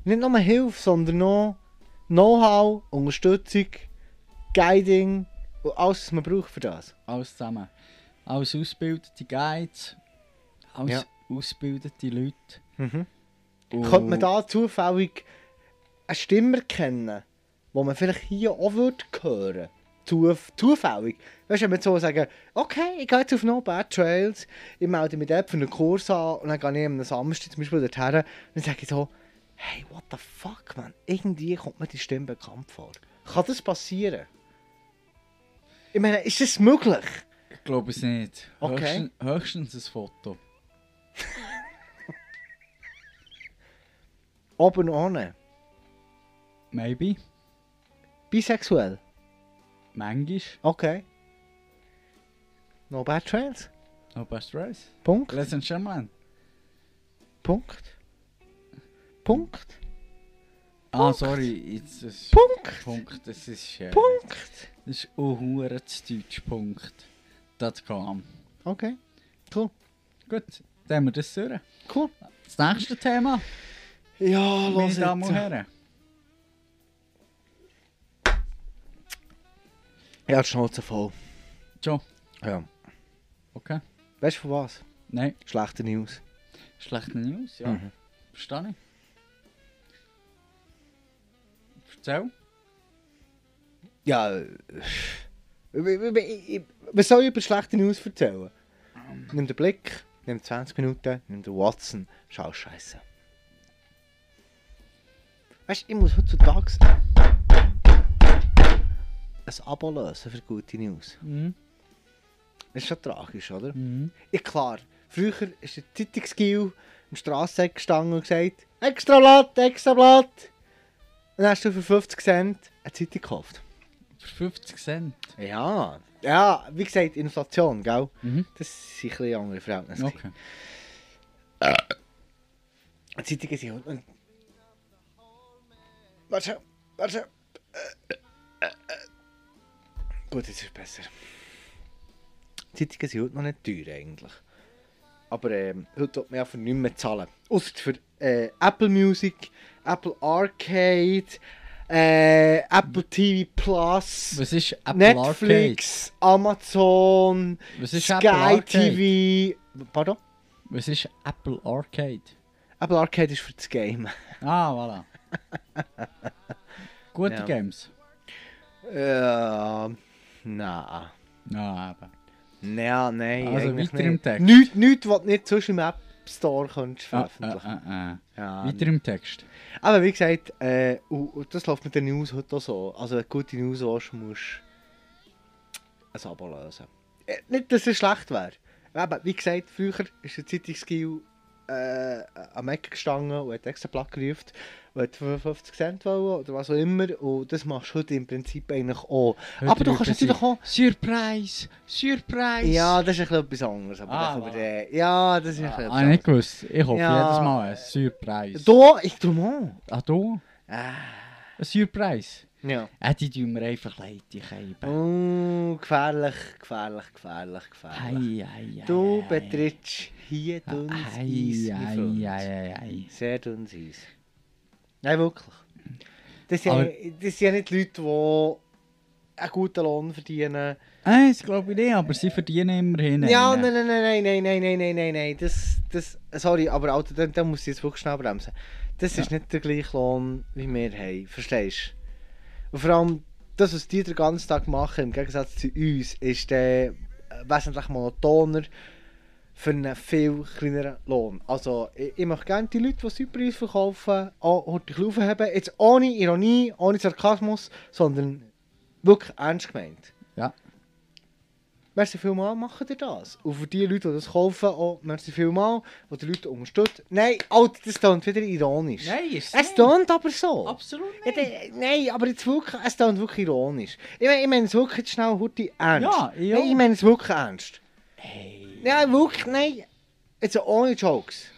S2: Nicht nur Hilfe, sondern auch Know-how, Unterstützung, Guiding und alles, was man braucht für das.
S3: Alles zusammen. Alles ausgebildete Guides, alles
S2: Ja.
S3: ausgebildete Leute.
S2: Mhm.
S3: Und-
S2: Könnte man da zufällig eine Stimme kennen, die man vielleicht hier auch würde hören Zuf Zufällig. Weißt du, wenn wir so sagen, okay, ich gehe jetzt auf No Bad Trails, ich melde mich dort für einen Kurs an und dann gehe ich am Samstag zum Beispiel dorthin und dann sage ich so, hey, what the fuck, man, irgendwie kommt mir die Stimme bekannt vor. Kann das passieren? Ich meine, ist das möglich?
S3: Ich glaube es nicht.
S2: Okay.
S3: Höchstens, höchstens ein Foto.
S2: Oben ohne.
S3: Maybe.
S2: Bisexuell.
S3: Manchmal.
S2: Okay. No Bad Trails.
S3: No best race.
S2: Punkt.
S3: Lesen Schaman.
S2: Punkt. Punkt.
S3: Ah, sorry. Jetzt ist
S2: Punkt.
S3: Punkt. Das ist. Äh,
S2: Punkt.
S3: Das ist unhure zu deutsch. Punkt. Dot com.
S2: Okay. Cool.
S3: Gut, dann haben wir das durch.
S2: Cool.
S3: Das nächste Thema,
S2: Ja,
S3: meine Damen und Herren.
S2: Ja, die Schnauze voll.
S3: Schon.
S2: Ja.
S3: Okay.
S2: Weißt du von was?
S3: Nein,
S2: Schlechte News.
S3: schlechte News, ja.
S2: Mhm.
S3: Verstehe ich. Erzähl.
S2: Ja. äh, ich- ich- ich- Was soll ich über schlechte News erzählen? Nimm den Blick, nimm 20 Minuten, nimm den Watson. Schau scheiße. Weißt du, ich muss heutzutage ein Abo lösen für gute News.
S3: Mhm.
S2: Das ist schon tragisch, oder?
S3: Mhm.
S2: Ja klar, früher ist der Zeitungsgil am Strasseneck gestanden und gesagt, extra Blatt, extra Blatt. Dann hast du für 50 Cent eine Zeitung gekauft.
S3: Für 50 Cent.
S2: Ja. Ja, wie gesagt, Inflation, gell?
S3: Mhm.
S2: Das sind ein bisschen andere Verhältnisse.
S3: Okay.
S2: Die Zeitungen sind heute... noch- Warte, warte. Äh, äh, äh. Gut, jetzt ist es besser. Die Zeitungen sind heute noch nicht teuer eigentlich. Aber ähm, heute wird man ja für nichts mehr zahlen. Ausser für äh, Apple Music, Apple Arcade, äh, Apple TV Plus,
S3: Was ist Apple
S2: Netflix, Amazon,
S3: Arcade? Was ist Apple
S2: Sky
S3: Arcade?
S2: TV. Pardon?
S3: Was ist Apple Arcade?
S2: Apple Arcade ist für das Game. [laughs]
S3: Ah, [laughs] voilà. Gute
S2: Ja.
S3: Games.
S2: Ja, nein.
S3: Ja, eben.
S2: Ja, nein.
S3: Also
S2: eigentlich
S3: weiter im
S2: nicht.
S3: Text.
S2: Nichts, nichts, was du nicht sonst im App Store könntest
S3: Ah,
S2: veröffentlichen
S3: ah, ah, ah.
S2: Ja,
S3: Weiter im Text.
S2: Aber wie gesagt, äh, und, und das läuft mit den News heute auch so. Also wenn du gute News hast, musst du ein Abo lösen. Äh, nicht, dass es schlecht wäre. Aber wie gesagt, früher ist der Zeitungsskill äh, am Eck gestanden und hat extra Platt gerufen und hat 55 Cent wollen oder was auch immer. Und das machst du heute im Prinzip eigentlich auch.
S3: Heute
S2: aber du
S3: rufen
S2: kannst
S3: sie,
S2: natürlich auch...
S3: Surprise! Surprise!
S2: Ja, das ist ein bisschen etwas anderes. Aber
S3: Ah,
S2: das können wir,
S3: voilà.
S2: äh, ja, das ist ein bisschen
S3: Ah,
S2: etwas
S3: ah, nicht
S2: anderes.
S3: gewusst. Ich hoffe
S2: Ja.
S3: jedes Mal ein Surprise.
S2: Da, ich tu mal.
S3: Ah, du?
S2: Ah,
S3: Ein Surprise?
S2: ja.
S3: Ah, die tun mir einfach leid, die Scheibe.
S2: Oh, gefährlich, gefährlich, gefährlich, gefährlich.
S3: Ei, ei, ei,
S2: Du
S3: ei,
S2: betrittst hier
S3: ei.
S2: dünnes Eis,
S3: Ei,
S2: mein
S3: ei, ei,
S2: Freund.
S3: ei, ei.
S2: Sehr dünnes Eis. Nein, wirklich. Das sind,
S3: Aber-
S2: das sind ja nicht Leute, die einen guten Lohn verdienen,
S3: Nein, das glaube ich nicht, aber sie verdienen immerhin.
S2: ja,
S3: einen.
S2: nein, nein, nein, nein, nein, nein, nein, nein, nein, das, das, sorry, aber Alter, da, da muss ich jetzt wirklich schnell bremsen. Das ist nicht der gleiche Lohn, wie wir haben, verstehst du? Und vor allem, das, was dus die den ganzen Tag machen, im Gegensatz zu uns, ist äh, wesentlich monotoner für einen viel kleineren Lohn. Also, ich, ich möchte gerne die Leute, die Südpreis verkaufen, auch heute laufen haben, jetzt ohne Ironie, ohne Sarkasmus, sondern wirklich ernst gemeint.
S3: Ja.
S2: Merci vielmal, macht ihr das. Und für die Leute, die das kaufen, auch Oh, merci vielmal, die die Leute unterstützt. Nein, Alter, das klingt wieder ironisch.
S3: ist
S2: es klingt aber so.
S3: Absolut
S2: Ja, de- nein, aber jetzt wirklich, es klingt wirklich ironisch. Ich meine ich mein es wirklich jetzt schnell heute ernst.
S3: Ja, ja.
S2: Nein, ich meine es wirklich ernst.
S3: Hey.
S2: Ja, wirklich, nein. Jetzt ohne Jokes.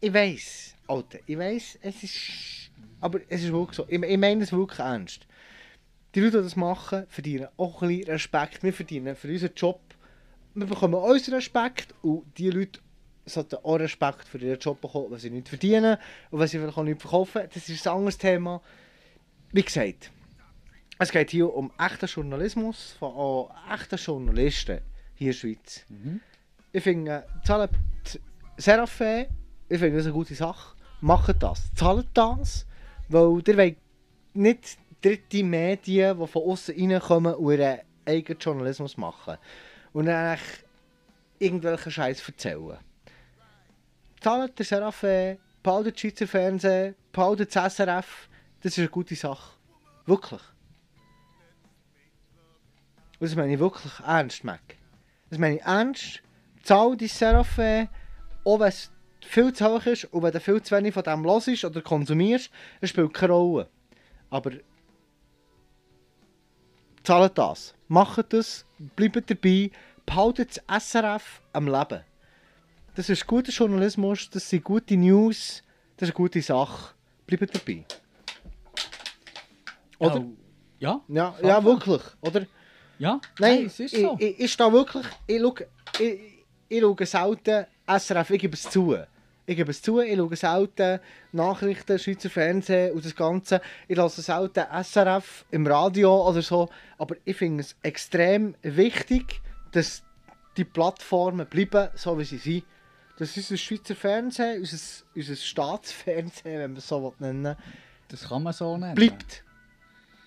S2: Ich weiß, Alter, ich weiß, es ist. Aber es ist wirklich so. Ich, ich meine es wirklich ernst. Die Leute, die das machen, verdienen auch ein bisschen Respekt. Wir verdienen für unseren Job. Wir bekommen unseren Respekt und die Leute sollten auch Respekt für ihren Job bekommen, was sie nicht verdienen und was sie vielleicht auch nicht verkaufen. Das ist ein anderes Thema. Wie gesagt, es geht hier um echten Journalismus von auch echten Journalisten hier in der Schweiz.
S3: Mhm.
S2: Ich finde, äh, zahlt Seraphé, ich finde das eine gute Sache. Macht das. Zahlt das, weil ihr wollt nicht dritte Medien, die von außen reinkommen und ihren eigenen Journalismus machen. Und dann eigentlich irgendwelchen Scheiß erzählen. Zahlt der Seraphé, behaltet das Schweizer Fernsehen, behaltet das SRF. Das ist eine gute Sache. Wirklich. Und das meine ich wirklich ernst, Mac. Das meine ich ernst. Zahl dein Seraphé, auch wenn es viel zu hoch ist und wenn du viel zu wenig von dem hörst oder konsumierst, es spielt keine Rolle. Aber zahlt das, macht das, bleibt dabei, behaltet das SRF am Leben. Das ist guter Journalismus, das sind gute News, das ist eine gute Sache. Bleibt dabei. Oder?
S3: Oh, Ja,
S2: Ja,
S3: Sache.
S2: ja, wirklich, oder?
S3: ja.
S2: Nein,
S3: es ist
S2: ich,
S3: so.
S2: ich, ich stehe wirklich, ich schaue, ich, ich schaue selten SRF, ich gebe es zu. Ich gebe es zu, ich schaue selten Nachrichten, Schweizer Fernsehen und das Ganze. Ich lasse selten SRF im Radio oder so. Aber ich finde es extrem wichtig, dass die Plattformen bleiben, so wie sie sind. Dass unser Schweizer Fernsehen, unser, unser Staatsfernsehen, wenn man es so will nennen
S3: das kann man so nennen.
S2: bleibt.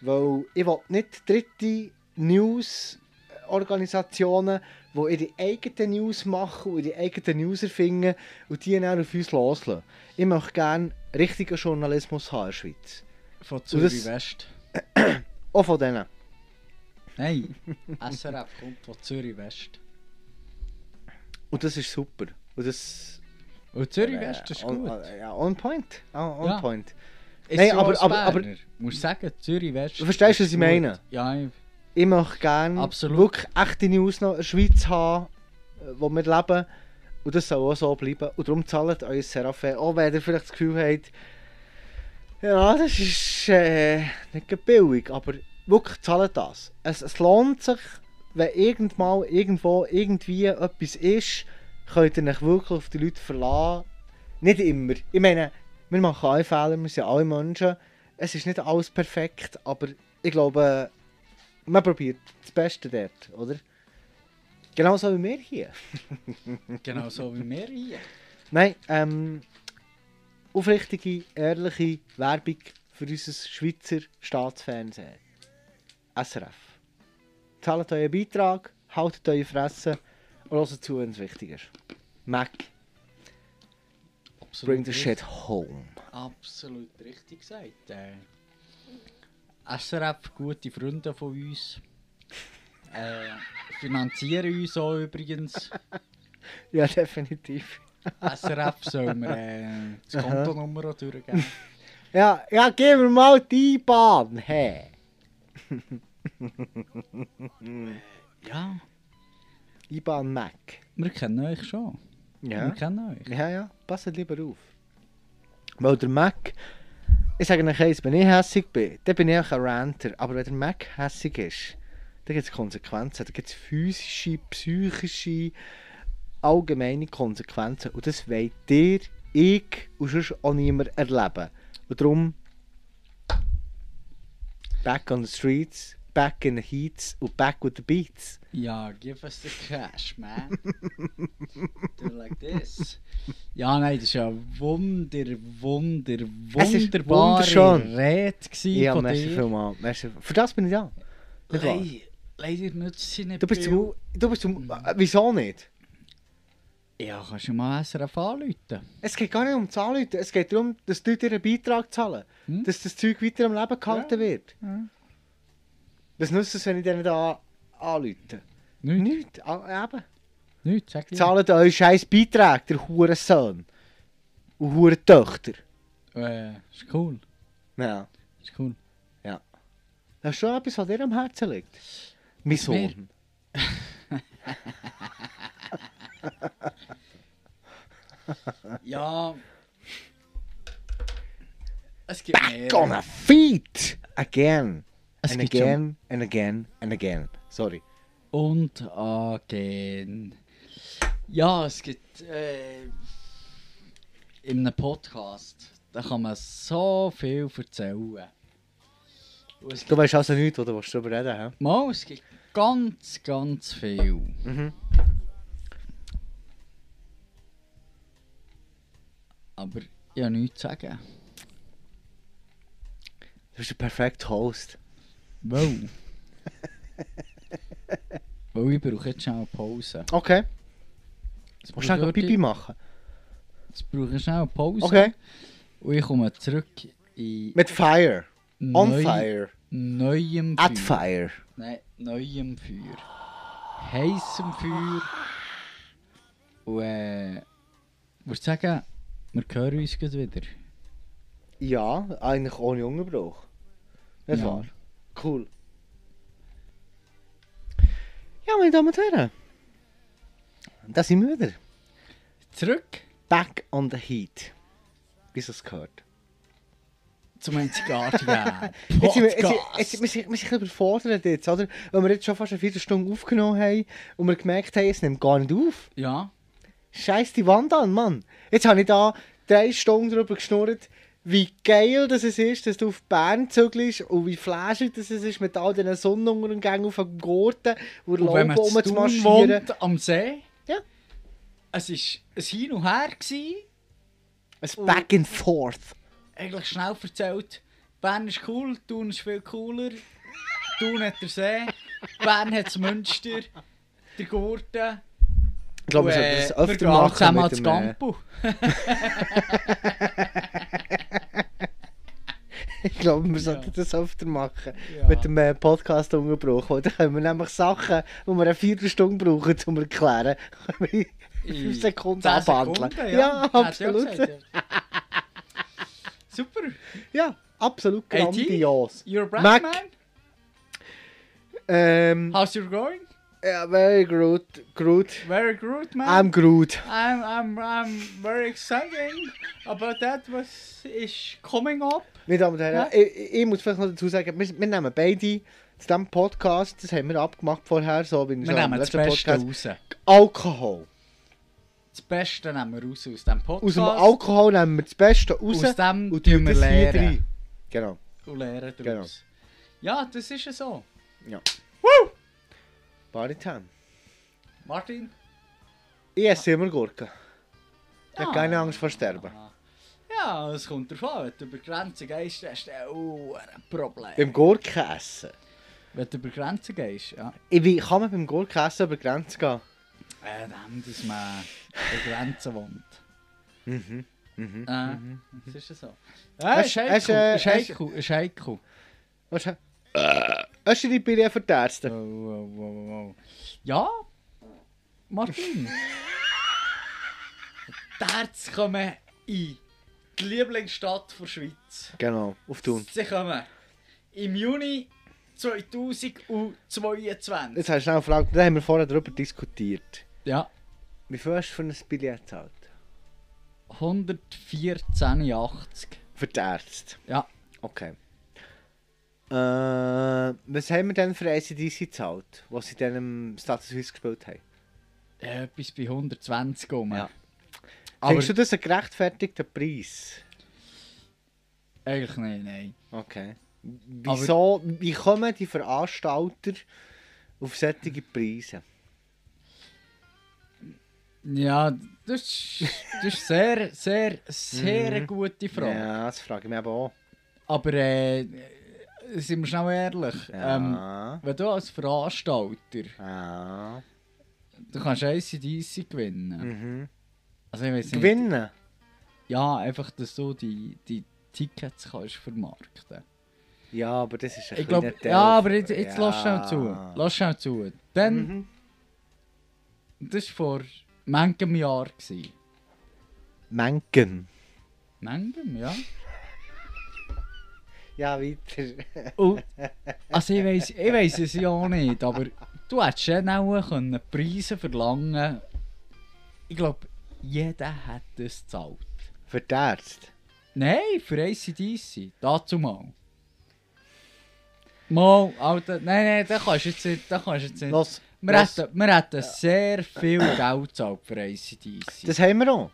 S2: Weil ich will nicht dritte News-Organisationen, die ihre eigenen News machen und ihre eigenen News erfinden und die dann auf uns loslassen. Ich möchte gerne richtigen Journalismus haben in der Schweiz.
S3: Von
S2: das-
S3: Zürich eh, West.
S2: Auch von denen.
S3: Nein, SRF kommt von Zürich West.
S2: Und das ist super. Und das,
S3: Und Zürich Oh, West ist
S2: äh, on-
S3: gut.
S2: äh, ja, on point. On, on
S3: Ja.
S2: point.
S3: Ist
S2: Nein,
S3: ja
S2: aber-
S3: als
S2: aber- aber-
S3: Berner. musst sagen, Zürich West.
S2: Du verstehst,
S3: ist
S2: was ich
S3: gut.
S2: meine?
S3: Ja, ich-
S2: Ich möchte gerne
S3: Absolut.
S2: wirklich echte News noch in der Schweiz haben, äh, wo wir leben. Und das soll auch so bleiben. Und darum zahlt euer Seraphé. Auch wenn ihr vielleicht das Gefühl habt, ja, das ist äh, nicht gerade billig, aber wirklich zahlt das. Es, es lohnt sich, wenn irgendwann, irgendwo, irgendwie etwas ist, könnt ihr euch wirklich auf die Leute verlassen. Nicht immer. Ich meine, wir machen alle Fehler, wir sind alle Menschen. Es ist nicht alles perfekt, aber ich glaube, man probiert das Beste dort, oder? Genauso wie wir hier.
S3: genau so wie wir hier.
S2: Nein, ähm, aufrichtige, ehrliche Werbung für unser Schweizer Staatsfernsehen. SRF. Zahlt euren Beitrag, haltet eure Fresse und hört zu, wenn es wichtig ist. Mac,
S3: Absolut
S2: bring the shit home.
S3: richtig- Absolut richtig gesagt. Äh, SRF, gute Freunde von uns. Äh, finanzieren uns auch übrigens.
S2: Ja, definitiv.
S3: SRF soll mir äh, das
S2: Aha.
S3: Kontonummer auch durchgeben.
S2: Ja, ja, gib mir mal die Bahn, hä?
S3: Ja,
S2: Die Bahn Mac.
S3: wir kennen euch schon. Wir kennen euch.
S2: Ja, ja, passt lieber auf. Weil der Mac, ich sage euch eins, wenn ich hässig bin, dann bin ich auch ein Ranter. Aber wenn der Mac hässig ist, dann gibt es Konsequenzen. Da gibt es physische, psychische, allgemeine Konsequenzen. Und das wollt ihr, ich und sonst auch niemand erleben. Und darum, back on the streets, Back in the Heats und Back with the Beats.
S3: Ja, give us the cash, man. Do it like this. Ja, nein, das war ja wunder, wunder,
S2: Es ist
S3: wunderbare
S2: wunderschön.
S3: Rede gewesen
S2: Ja,
S3: von
S2: merci
S3: dir.
S2: vielmals. Merci. Für das bin ich da. Nicht wahr?
S3: Lei- Leider nützt sie nicht
S2: Du bist
S3: viel.
S2: zum... Du bist
S3: Mhm.
S2: zum... äh, Wieso nicht?
S3: Ja, kannst du mal SRF anrufen.
S2: Es geht gar nicht um das Anrufen. Es geht darum, dass die Leute ihren Beitrag zahlen.
S3: Hm?
S2: Dass das Zeug weiter am Leben gehalten wird.
S3: Ja.
S2: Was nützt es, wenn ich denen da anrufe?
S3: Nicht,
S2: Nichts. Ah, Eben.
S3: nicht, sag dir.
S2: Zahlt euch scheiß Beitrag, der Hurensohn. Und Hurentöchter.
S3: Äh, ist cool,
S2: Ja.
S3: ist cool.
S2: Das ist schon etwas, was dir am Herzen liegt. Mein
S3: mir?
S2: Sohn.
S3: Ja. Es gibt mehr.
S2: Gonna feed! Again.
S3: Es
S2: and
S3: gibt
S2: again, and again, and again. Sorry.
S3: Und again. Ja, es gibt äh, in einem Podcast, da kann man so viel erzählen. Und es
S2: Du
S3: gibt,
S2: weißt also nichts, wo du willst darüber reden willst.
S3: mal, es gibt ganz, ganz viel.
S2: Mhm.
S3: Aber ich habe nichts zu sagen.
S2: Du bist der perfekte Host.
S3: [laughs] Wow. Weil ich brauche jetzt schon eine Pause.
S2: Okay.
S3: Jetzt
S2: Musst du schnell
S3: brauche ich-
S2: Pipi machen?
S3: Jetzt brauche ich schnell eine Pause.
S2: Okay.
S3: Und ich komme zurück in
S2: Mit Fire. On
S3: neu-
S2: fire.
S3: neuem
S2: At
S3: Feuer.
S2: fire.
S3: Nein, neuem Feuer. Heißem Feuer. Und äh, würd sagen, wir hören uns gleich wieder.
S2: Ja, eigentlich ohne Unterbruch. Nicht
S3: Ja.
S2: wahr? Cool. Ja, meine Damen und Herren. Da sind wir wieder.
S3: Zurück
S2: Back on the heat. Wie es gehört.
S3: zum einzigartigen
S2: Jetzt sind wir, jetzt, sind-
S3: Podcast.
S2: jetzt, sind- wir, sind, wir sind ein bisschen überfordert jetzt, oder? Weil wir jetzt schon fast eine Viertelstunde aufgenommen haben und wir gemerkt haben, es nimmt gar nicht auf.
S3: Ja,
S2: Scheiß die Wand an, Mann. Jetzt habe ich da drei Stunden drüber geschnurrt, wie geil das es ist, dass du auf Bern zügelst und wie flashig das es ist mit all diesen Sonnenuntergängen auf dem Gurten und
S3: und wenn
S2: Lauben
S3: man zu Thun
S2: rumzumarschieren.
S3: wohnt, am See.
S2: Ja.
S3: Es war ein Hin und Her. Gewesen.
S2: Ein Back and Forth.
S3: eigentlich schnell erzählt, Bern ist cool, Thun ist viel cooler, Thun hat der See, Bern hat das Münster, der Gurten.
S2: Ich glaube,
S3: Und,
S2: wir sollten
S3: äh,
S2: das
S3: wir
S2: öfter
S3: gehen
S2: machen
S3: zusammen
S2: mit
S3: ans
S2: dem... äh,
S3: Gampu.
S2: [laughs] Ich glaube, wir sollten das öfter machen.
S3: Ja.
S2: Mit dem äh, Podcast-Unterbruch. weil Dann können wir nämlich Sachen, die wir eine Viertelstunde brauchen, um erklären, [laughs] können wir in
S3: In
S2: 5 Sekunden
S3: zehn
S2: abhandeln.
S3: Sekunden,
S2: ja.
S3: Hätte ich auch
S2: absolut.
S3: gesagt, ja. Super,
S2: Ja, absolut
S3: Hey,
S2: grandios.
S3: you're a black
S2: Mac.
S3: man,
S2: Ähm,
S3: how's you going?
S2: ja, very good, good.
S3: Very good man.
S2: I'm Groot.
S3: I'm, I'm, I'm very excited about that what is coming up.
S2: Meine Damen und Herren,
S3: Ja.
S2: ich, ich ich muss vielleicht noch dazu sagen, wir, wir nehmen beide zu diesem Podcast, das haben wir abgemacht vorher, so wie
S3: Wir
S2: schon im
S3: nehmen das
S2: letzten
S3: Beste raus.
S2: Alkohol.
S3: Das Beste nehmen wir raus aus diesem Podcast.
S2: Aus dem Alkohol nehmen wir das Beste raus
S3: Aus dem
S2: und
S3: tun
S2: tun
S3: wir
S2: das hier
S3: lernen.
S2: rein. Genau.
S3: und lernen daraus.
S2: Genau.
S3: Ja, das ist ja so.
S2: nou. Ja.
S3: Woo!
S2: Partytime.
S3: Martin?
S2: Ich esse immer Gurken. Ich
S3: Ah.
S2: habe keine Angst vor Sterben.
S3: Ja, es kommt darauf an, wenn du über Grenzen gehst, dann hast du auch ein Problem.
S2: Beim Gurken essen.
S3: Wenn du über Grenzen gehst, ja.
S2: Ich, wie kann man beim Gurken essen über die Grenze gehen?
S3: Äh, dem, dass man über Grenzen wohnt.
S2: Mhm. Mhm.
S3: Äh, das ist ja so. Äh,
S2: Hast-
S3: ist
S2: hast, äh,
S3: heikel, ist heikel, ist heikel.
S2: Was? Äh. Hast du die Birne für die Ärzte?
S3: Wow, wow, wow, wow. Ja, Martin. die Ärzte kommen in die Lieblingsstadt der Schweiz.
S2: Genau, auf Thun.
S3: Sie kommen im Juni 2022.
S2: Jetzt hast du schnell gefragt, da haben wir vorher darüber diskutiert.
S3: Ja,
S2: Wie viel hast du für ein Billett gezahlt?
S3: 114,80.
S2: Für die Ärzte.
S3: Ja,
S2: Okay. Äh, was haben wir denn für ACDC gezahlt, was sie dann im Status Suisse gespielt haben?
S3: etwas bei 120 rum.
S2: Ja.
S3: Aber
S2: Findest du das einen gerechtfertigten Preis?
S3: eigentlich nicht, nein.
S2: Okay. Wieso, wie kommen die Veranstalter auf solche Preise?
S3: Ja, das ist, das ist sehr, sehr, sehr eine gute Frage.
S2: Mhm. Ja, das frage ich mich eben auch.
S3: Aber äh, sind wir schnell ehrlich. Ähm,
S2: Ja.
S3: wenn du als Veranstalter,
S2: ja.
S3: du kannst ACDC gewinnen.
S2: Mhm.
S3: Also ich weiss nicht.
S2: Gewinnen?
S3: Ja, einfach, dass du die, die Tickets kannst vermarkten
S2: Ja, aber das ist ein
S3: Ich glaube,
S2: kleiner Teil.
S3: ja, aber jetzt, jetzt lass
S2: Ja.
S3: schnell zu. Lass schnell zu. Dann,
S2: Mhm.
S3: das war vor manchem Jahr. Gewesen.
S2: Menken.
S3: Manchem, ja.
S2: Ja, [laughs] weiter.
S3: Und, also ich weiss, ich weiss es ja auch nicht, aber du hättest schon auch können Preise verlangen Ich glaube, jeder hat das gezahlt.
S2: Für die Ärzte.
S3: Nein, für ACDC, dazu mal. Mal, Alter, nein, nein, da kannst du jetzt nicht, da kannst du jetzt nicht.
S2: Los,
S3: Wir
S2: los.
S3: hätten, wir hätten sehr viel Geld gezahlt für ACDC.
S2: Das haben wir auch.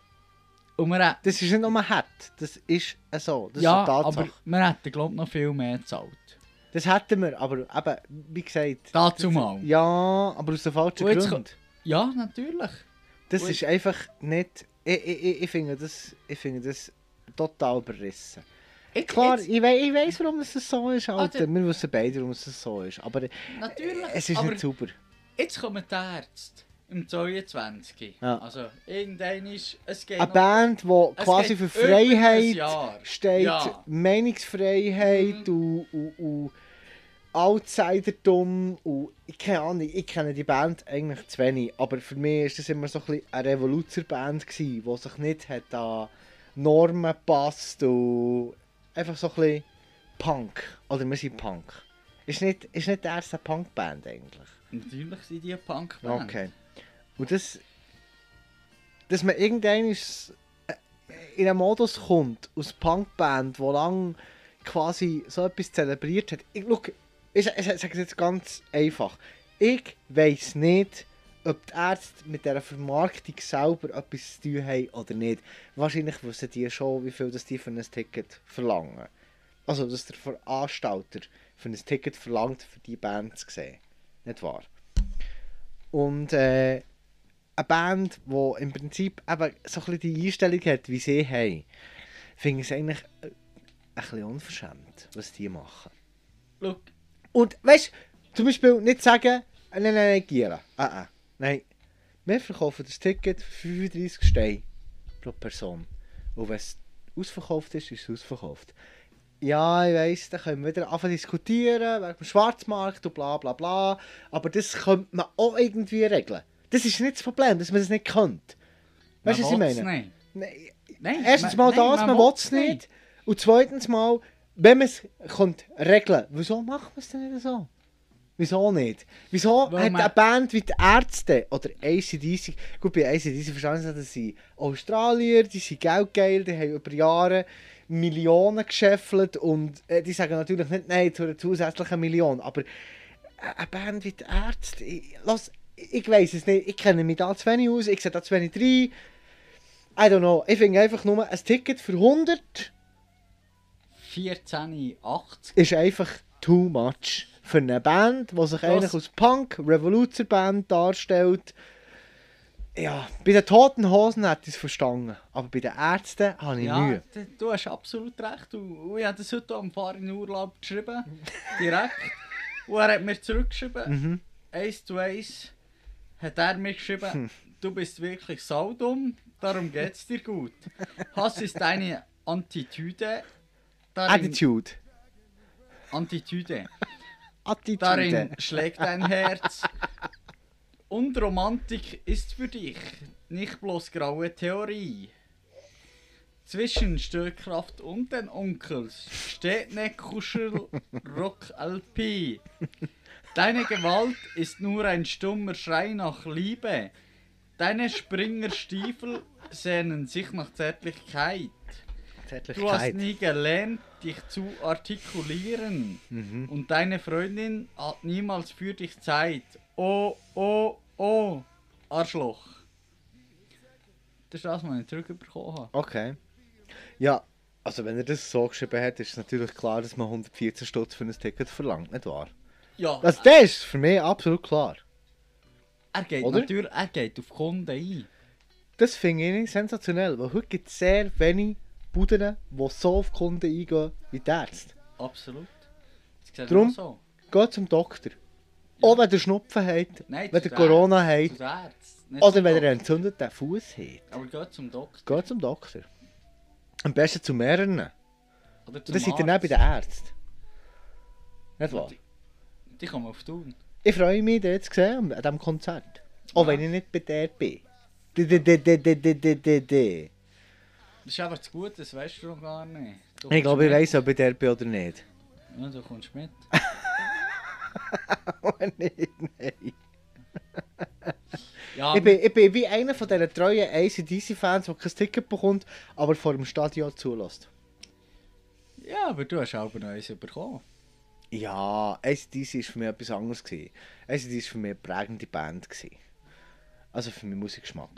S3: Und wir hätten,
S2: Das ist nicht nur ein Hat. Das ist so. Das
S3: Oh, ja,
S2: ist eine Tatsache.
S3: aber wir hätten, glaube ich, noch viel mehr gezahlt.
S2: Das hätten wir, aber eben, wie gesagt.
S3: Dazu mal.
S2: Ja, aber aus dem falschen
S3: Und jetzt
S2: Grund.
S3: Ja, natürlich.
S2: Das
S3: und-
S2: ist einfach nicht. Ich, ich, ich, ich, finde, das, ich finde das total überrissen.
S3: Ich,
S2: Klar, ich, we ich weiß, warum es so ist, Alter.
S3: Alter.
S2: Wir wissen beide, warum es so ist. Aber
S3: Natürlich.
S2: es ist
S3: aber
S2: nicht sauber.
S3: jetzt kommen die Ärzte im 22.
S2: Ja.
S3: Also, irgendein ist, es geht
S2: Eine
S3: noch-
S2: Band, die
S3: es
S2: quasi
S3: geht
S2: für
S3: über ein
S2: Freiheit
S3: Jahr.
S2: steht,
S3: Ja.
S2: Meinungsfreiheit und, und, und Outsidertum und ich keine Ahnung, ich kenne die Band eigentlich zu wenig, aber für mich ist das immer so ein bisschen eine Revoluzer-Band gewesen, die sich nicht hat an eh, Normen passt und einfach so ein bisschen Punk, oder wir sind Punk. Ist nicht, ist nicht die erste Punk-Band eigentlich.
S3: Natürlich sind die punk -Band.
S2: Okay. Und das. Dass man irgendwann ist- eh, in einen Modus kommt, aus Punkband, wo lang quasi so etwas zelebriert hat. Ich, look, ich, sa- ich sage es jetzt ganz einfach. Ich weiß nicht, ob die Ärzte mit dieser Vermarktung selber etwas zu tun haben oder nicht. Wahrscheinlich wissen die schon, wie viel das die für ein Ticket verlangen. Also, dass der Veranstalter für ein Ticket verlangt, für die Band zu sehen. Nicht wahr? Und äh, eine Band, die im Prinzip eben so ein bisschen die Einstellung hat, wie sie haben, finde ich es eigentlich äh, ein bisschen unverschämt, was die machen.
S3: Schau,
S2: Und weißt du, zum Beispiel nicht sagen, äh, nein, nein, nein, Giela. Ah, ah, nein. Wir verkaufen das Ticket für 35 Steine pro Person. Und wenn es ausverkauft ist, ist es ausverkauft. Ja, ich weiss, da können wir wieder anfangen zu diskutieren, wegen dem Schwarzmarkt und bla bla bla. Aber das könnte man auch irgendwie regeln. Das ist nicht das Problem, dass man das nicht könnte. Weißt du, was ich
S3: man will's
S2: meine?
S3: nicht.
S2: Nein,
S3: Nein,
S2: Erstens mal
S3: man- nein,
S2: das, man, will es nicht. Und zweitens mal, wenn man es könnte regeln wieso macht man es denn nicht so? Wieso nicht? Wieso
S3: Weil
S2: hat
S3: man-
S2: eine Band wie die Ärzte oder ACDC, gut, bei ACDC verstanden sie, dass sie Australier, die sind geldgeil, die haben über Jahre Millionen gescheffelt und äh, die sagen natürlich nicht nein zu einer zusätzlichen Million, aber eine Band wie die Ärzte, ich, lass, ich weiß es nicht, ich kenne mich da zu wenig aus, ich sehe da zu wenig rein. I don't know, ich finde einfach nur, ein Ticket für 100
S3: 14, 80.
S2: ist einfach too much für eine Band, die sich eigentlich als Punk, Revoluzer Band darstellt. Ja, bei den Toten Hosen hätte ich es verstanden, aber bei den Ärzten habe ich
S3: Ja,
S2: Mühe.
S3: d- du hast absolut recht. Und und ich habe das heute am Fahren in Urlaub
S2: [laughs]
S3: geschrieben. Direkt. Und er hat mir zurückgeschrieben.
S2: Mhm.
S3: Eins zu eins hat er
S2: [laughs]
S3: mir geschrieben, du bist wirklich saudumm, darum geht's dir
S2: [laughs]
S3: gut. Hass ist deine Attitüde. Darin,
S2: Attitude.
S3: Attitüde.
S2: Attitude.
S3: Darin schlägt dein Herz. Und Romantik ist für dich nicht bloß graue Theorie. Zwischen Störkraft und den Onkels steht ne Kuschel Rock LP. Deine Gewalt ist nur ein stummer Schrei nach Liebe. Deine Springerstiefel sehnen sich nach Zärtlichkeit. Du hast
S2: Zärtlichkeit.
S3: nie gelernt, dich zu artikulieren.
S2: Mhm.
S3: Und deine Freundin hat niemals für dich Zeit. Oh, oh, oh, Arschloch. Das ist das, was ich zurückbekommen habe.
S2: Okay. Ja, Also wenn er das so geschrieben hat, ist es natürlich klar, dass man 114 Stutz für ein Ticket verlangt, nicht wahr?
S3: Ja,
S2: Also das ist für mich absolut klar.
S3: er geht
S2: Oder?
S3: natürlich er geht auf Kunden ein.
S2: Das finde ich sensationell, weil heute gibt es sehr wenige Buden, die so auf Kunden eingehen wie die Ärzte.
S3: Absolut. Das sehe ich
S2: Drum-
S3: auch so.
S2: Geht zum Doktor. Auch wenn ihr Schnupfen habt,
S3: Nein,
S2: wenn
S3: zu
S2: ihr
S3: den
S2: Corona
S3: Zu
S2: habt
S3: den Ärzten, nicht
S2: oder
S3: zum
S2: wenn ihr
S3: Doktor.
S2: einen entzündeten Fuß habt.
S3: Aber geht zum Doktor
S2: Geht zum Doktor. Am besten zu mehreren. Und
S3: oder zum
S2: dann seid ihr dann bei
S3: Arzt.
S2: den Ärzten. Nicht wahr?
S3: Die, die kommen auf Tun.
S2: Ich freue mich, dich jetzt zu sehen an diesem Konzert. Auch
S3: Ja.
S2: wenn ich nicht bei der bin. D -d -d -d -d -d -d -d -d.
S3: Das ist aber zu gut, das weißt du noch gar nicht. Du
S2: Ich glaube, ich
S3: kommst
S2: weiß, ob ich bei der bin oder [laughs] nicht.
S3: mit. Ja, du
S2: [laughs]
S3: kommst mit.
S2: Oh, nein, nein.
S3: Ja,
S2: Ich bin, ich bin wie einer von diesen treuen ACDC-Fans, der kein Ticket bekommt, aber vor dem Stadion zulässt.
S3: ja, aber du hast auch noch eins bekommen.
S2: Ja, ACDC war für mich etwas anderes. gewesen. ACDC war für mich eine prägende Band. gewesen. Also für meinen Musikgeschmack.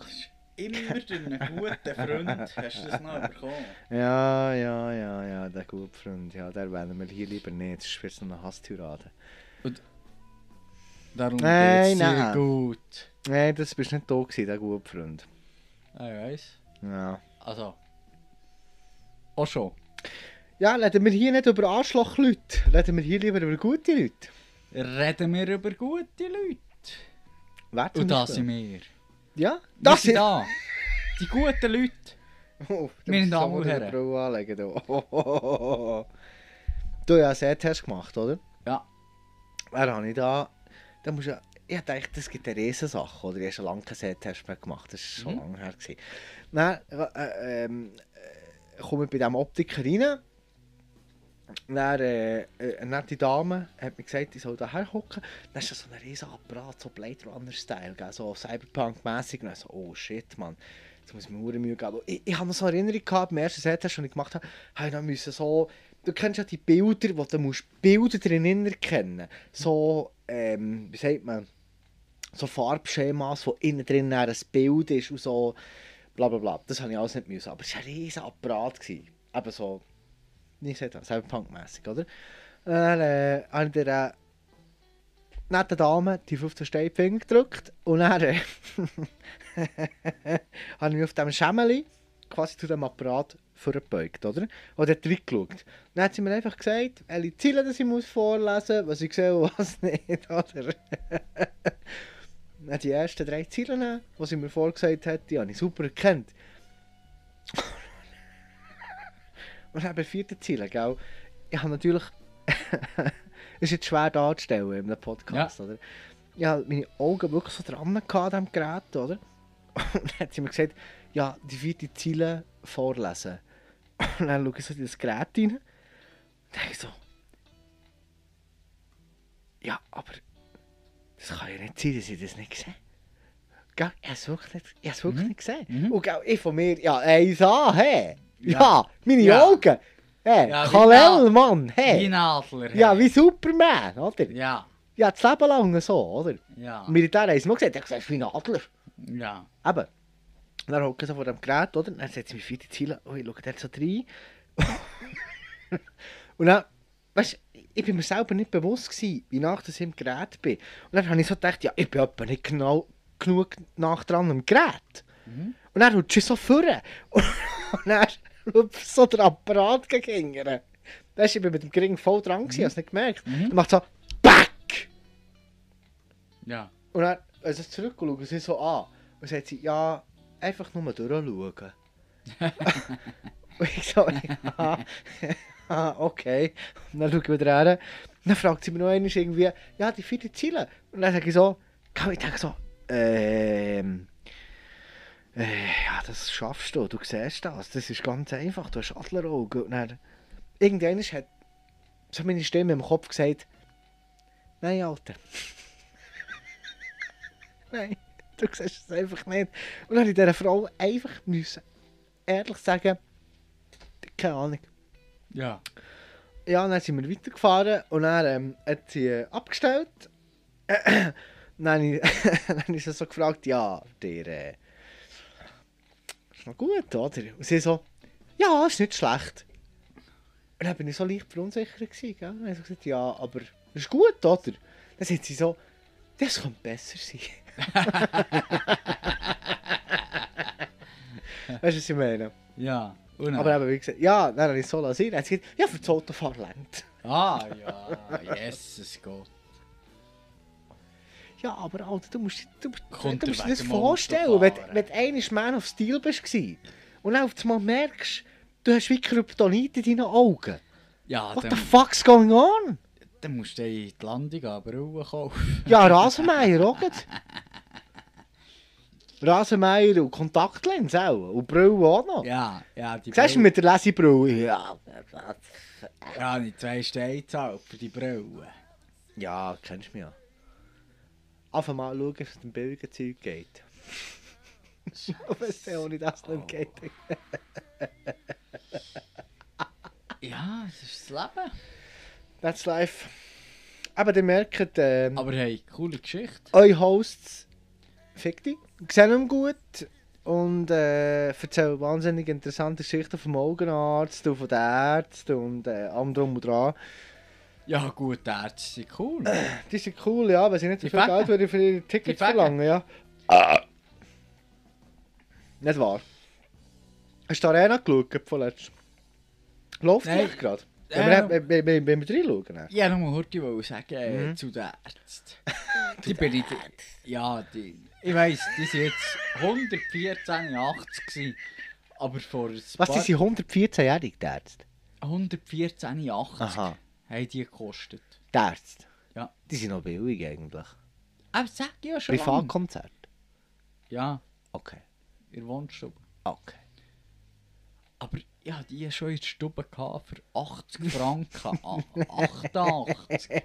S3: Immer durch einen guten Freund hast du das noch bekommen.
S2: Ja, ja, ja, ja, der gute Freund. Ja, der wählen wir hier lieber nicht. Sonst wird es noch eine Hasstyrade.
S3: Darum
S2: Nein,
S3: geht's dir
S2: nein.
S3: gut.
S2: Nein, das bist nicht da gewesen, der gute Freund.
S3: Ah, Ich weiss.
S2: Ja.
S3: Also. Auch schon.
S2: Ja, reden wir hier nicht über Arschlochleute. Reden wir hier lieber über gute Leute.
S3: Reden wir über gute Leute.
S2: Wer zum
S3: Und das
S2: Beispiel?
S3: sind wir.
S2: Ja,
S3: Das
S2: das
S3: sind
S2: sind...
S3: da. Die guten Leute.
S2: Oh,
S3: Meine Damen und Herren.
S2: Herren. anlegen. Du, oh, oh, oh, [laughs] oh. du ja Sehtest gemacht, oder?
S3: Ja.
S2: Wer habe ich da? Da musst du ja... Ich dachte, das gibt eine Riesensache, oder? Ich habe schon lange keinen Sehtest mehr gemacht. Das war schon
S3: Mhm.
S2: lange her. Gewesen. Dann äh, ähm, äh, komme ich bei diesem Optiker rein. Dann, äh, äh, eine nette Dame hat mir gesagt, ich soll da herhocken. Dann ist das so ein riesen Apparat, so Blade Runner-Style, gell, so Cyberpunk-mässig. Und dann so, oh shit, Mann, jetzt muss ich mir verdammt Mühe geben. Aber Ich, ich habe noch so eine Erinnerung gehabt, beim ersten Set, das ich gemacht habe, habe ich noch müssen so... Du kennst ja die Bilder, wo du musst Bilder drin kennen So, ähm, wie sagt man... So Farbschemas, wo innen drin dann ein Bild ist und so... Bla bla bla, das habe ich alles nicht müssen. Aber es war ein riesen Apparat. gewesen. Eben so... Wie gesagt, Cyberpunk-mässig, oder? Dann äh, habe ich dir... Äh, nette Dame die 15 Steine in die Finger gedrückt und dann [laughs] äh, habe ich mich auf dem Schämmeli quasi zu dem Apparat vorgebeugt, oder? Und hat reingeschaut. Dann hat sie mir einfach gesagt, welche Ziele dass ich muss vorlesen muss, was ich sehe und [laughs] was nicht, oder? Dann die ersten drei Ziele, die sie mir vorgesagt hat, die habe ich super [laughs] erkannt. Und dann bei vierten Ziele, gell? Ich habe natürlich... [laughs] ist jetzt schwer darzustellen in einem Podcast, oder? Ich habe meine Augen wirklich so dran gehabt an diesem Gerät, [laughs] oder? Und dann hat sie mir gesagt, ja, die vierte Ziele [laughs] vorlesen. Und dann schaue ich so in das Gerät rein. Und denke ich so... Ja, aber... Das kann ja nicht sein, dass ich das nicht sehe. Gell? Ich habe es wirklich nicht, ich habe es wirklich
S3: Mhm.
S2: nicht gesehen.
S3: Mhm.
S2: Und gell, ich von mir... Ja, eins an, hey! Ja,
S3: Ja.
S2: meine
S3: Ja.
S2: Augen! Hey,
S3: Ja, wie
S2: Kalel,
S3: da.
S2: Mann!
S3: Wie
S2: Hey!
S3: ein Adler. hey.
S2: Ja, wie Superman, oder?
S3: Ja,
S2: Ja, das Leben lang so, oder?
S3: ja.
S2: Im Militär haben sie mir gesagt, ich sehe wie ein Adler.
S3: Ja.
S2: Eben. Und Dann hocke ich so vor dem Gerät, oder? Dann setze ich mich weiter Ziele und ich schaue dort so rein. [laughs] und dann, weißt du, ich bin mir selber nicht bewusst gewesen, wie nach ich im Gerät bin. Und dann habe ich so gedacht, ja, ich bin etwa nicht genau genug nach dran am Gerät.
S3: Mhm.
S2: Und dann rutscht ich so vorne. Und [laughs] dann rutscht so der Apparat gegen ihn. Weißt du, ich bin mit dem Gering voll dran, gewesen, mhm. hast nicht gemerkt.
S3: Mhm.
S2: Dann macht so, BACK!
S3: Ja.
S2: Und dann, als ich zurückgeschaut und sie so an. Und sagt sie, ja, einfach nur durchschauen. und ich so, [laughs] ja, ah, okay. Und dann schaue ich wieder her. Und dann fragt sie mich noch einmal irgendwie, ja, die vierte Ziele. Und dann sage ich so, komm, ich denke so, ähm, äh, ja, das schaffst du, du siehst das, das ist ganz einfach, du hast Adleraugen. Und dann, irgendwann hat so meine Stimme im Kopf gesagt, nein, Alter. [laughs] Nein, du siehst es einfach nicht. Und dann habe ich dieser Frau einfach müssen ehrlich sagen, keine Ahnung.
S3: Ja.
S2: Ja, dann sind wir weitergefahren und dann ähm, hat sie äh, abgestellt. [clears throat] dann habe ich, [laughs] dann habe ich sie so gefragt, ja, der äh, ist noch gut, oder? Und sie so, ja, ist nicht schlecht. Und dann bin ich so leicht verunsichert. Gewesen, gell? Dann habe ich so gesagt, ja, aber das ist gut, oder? Dann sagt sie so, das könnte besser sein. [laughs] weißt du, was ich meine?
S3: Ja. nou? Und
S2: Aber eben, wie gesagt, ja, nou, dann habe ich es so lassen. Dann hat sie gesagt, ja, für das Autofahren lernt.
S3: Ah, ja. [laughs] Jesus Gott.
S2: Ja, aber Alter, du musst, du,
S3: Kommt
S2: du
S3: er
S2: musst dir
S3: wegen
S2: das
S3: dem
S2: vorstellen, wenn,
S3: Autofahren?
S2: wenn du einmal Man of Steel bist gewesen und dann auf einmal merkst, du hast wie Kryptonit in deinen Augen.
S3: Ja,
S2: nou What the
S3: dann,
S2: fuck's going on?
S3: dann musst du in die Landung aber Brille kaufen.
S2: Ja, Rasenmeier auch
S3: [laughs]
S2: nicht. Rasenmeier und Kontaktlinsen auch. Und Brille auch noch.
S3: Ja, ja, die
S2: Siehst du mit der Lesebrille? Ja,
S3: Ja, die zwei Steine zahlt für die Brille.
S2: ja kennst du mich ja. Einfach mal schauen, was dem billigen Zeug geht. [laughs] Aber es ist ohne das
S3: Oh.
S2: nicht geht.
S3: Ja, es ist das Leben.
S2: That's life. Aber ihr merkt, ähm,
S3: Aber hey, coole Geschichte.
S2: eure Hosts fick die. Sehen ihn gut und äh, erzählen wahnsinnig interessante Geschichten vom Augenarzt und von den Ärzten und äh, allem drum und dran.
S3: Ja, gut, die Ärzte sind cool.
S2: Die sind cool, ja, weil sie nicht so
S3: Die
S2: viel
S3: Bäcker.
S2: Geld würde für ihre Tickets
S3: Die Bäcker.
S2: verlangen, ja. Nicht wahr? Hast du die Arena geschaut, vorletzt? Läuft
S3: Nein.
S2: vielleicht gerade?
S3: Ähm.
S2: Wenn wir- wenn wir- wenn wir reinschauen. dann.
S3: Ja, nochmal heute wollte ich sagen, äh,
S2: Mhm.
S3: zu den
S2: [laughs]
S3: Ärzten. die bin ich, ja, die, ich weiss, die sind jetzt 114,80 gewesen, aber vor ein
S2: Was, die
S3: paar-
S2: sind 114-jährig, die Ärzte?
S3: 114,80
S2: Aha.
S3: haben die gekostet.
S2: Die Ärzte?
S3: Ja.
S2: Die sind noch billig eigentlich.
S3: Aber sag ich ja schon lang.
S2: Privatkonzert?
S3: Ja,
S2: Okay.
S3: ihr wohnt schon.
S2: Okay.
S3: Aber ja, die schon in der Stube gehabt für 80 Franken. Ah, 88.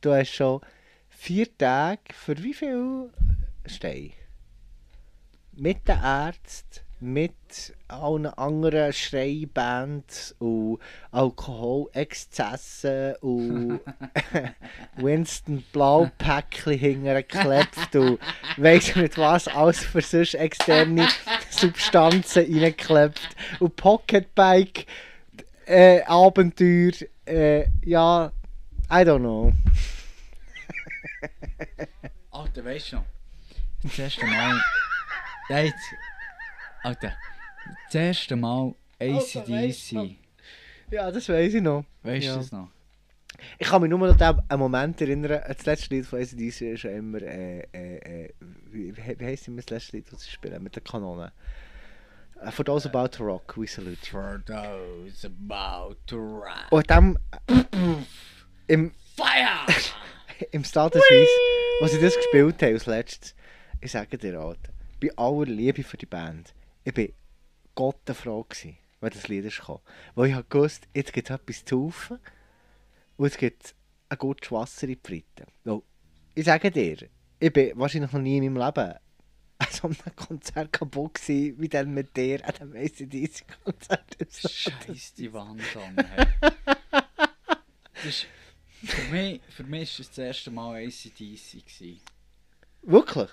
S2: Du hast schon vier Tage für wie viel Stein? Mit den Ärzten, mit allen anderen Schreibands und Alkoholexzessen und Winston Blau-Päckchen hingeklebt und weiss nicht was, alles für sonst externe Substanzen reingeklebt und Pocketbike äh, Abenteuer, äh, ja, I don't know.
S3: Alter, weißt du noch? Das erste Mal. Nein, jetzt- Alter, das erste Mal
S2: Alter, weisst
S3: ACDC.
S2: du- Ja, das weiß ich noch.
S3: Weißt du
S2: Ja.
S3: das noch?
S2: Ich kann mich nur noch an einen Moment erinnern. Das letzte Lied von ACDC ist ja immer. Äh, äh, äh, wie wie heisst immer das letzte Lied, das sie spielen? Mit der Kanone. Äh, For those about to rock, we salute you.
S3: For those about to rise.
S2: Und dann. Im,
S3: Fire!
S2: [laughs] im Status Suisse, wo sie das gespielt haben als letztes, ich sage dir, Alter, bei aller Liebe für die Band, ich bin Gott froh gewesen, wenn das Lied ist gekommen. Weil ich habe gewusst, jetzt gibt es etwas zu rufen und es gibt ein gutes Wasser in die Fritte. Weil, ich sage dir, ich bin wahrscheinlich noch nie in meinem Leben an so einem Konzert kaputt gewesen, wie dann mit dir an dem ACDC-Konzert.
S3: Scheiß die Wand an. Hey. Das ist, für, mich, für mich war das das erste Mal ACDC. gewesen.
S2: Wirklich?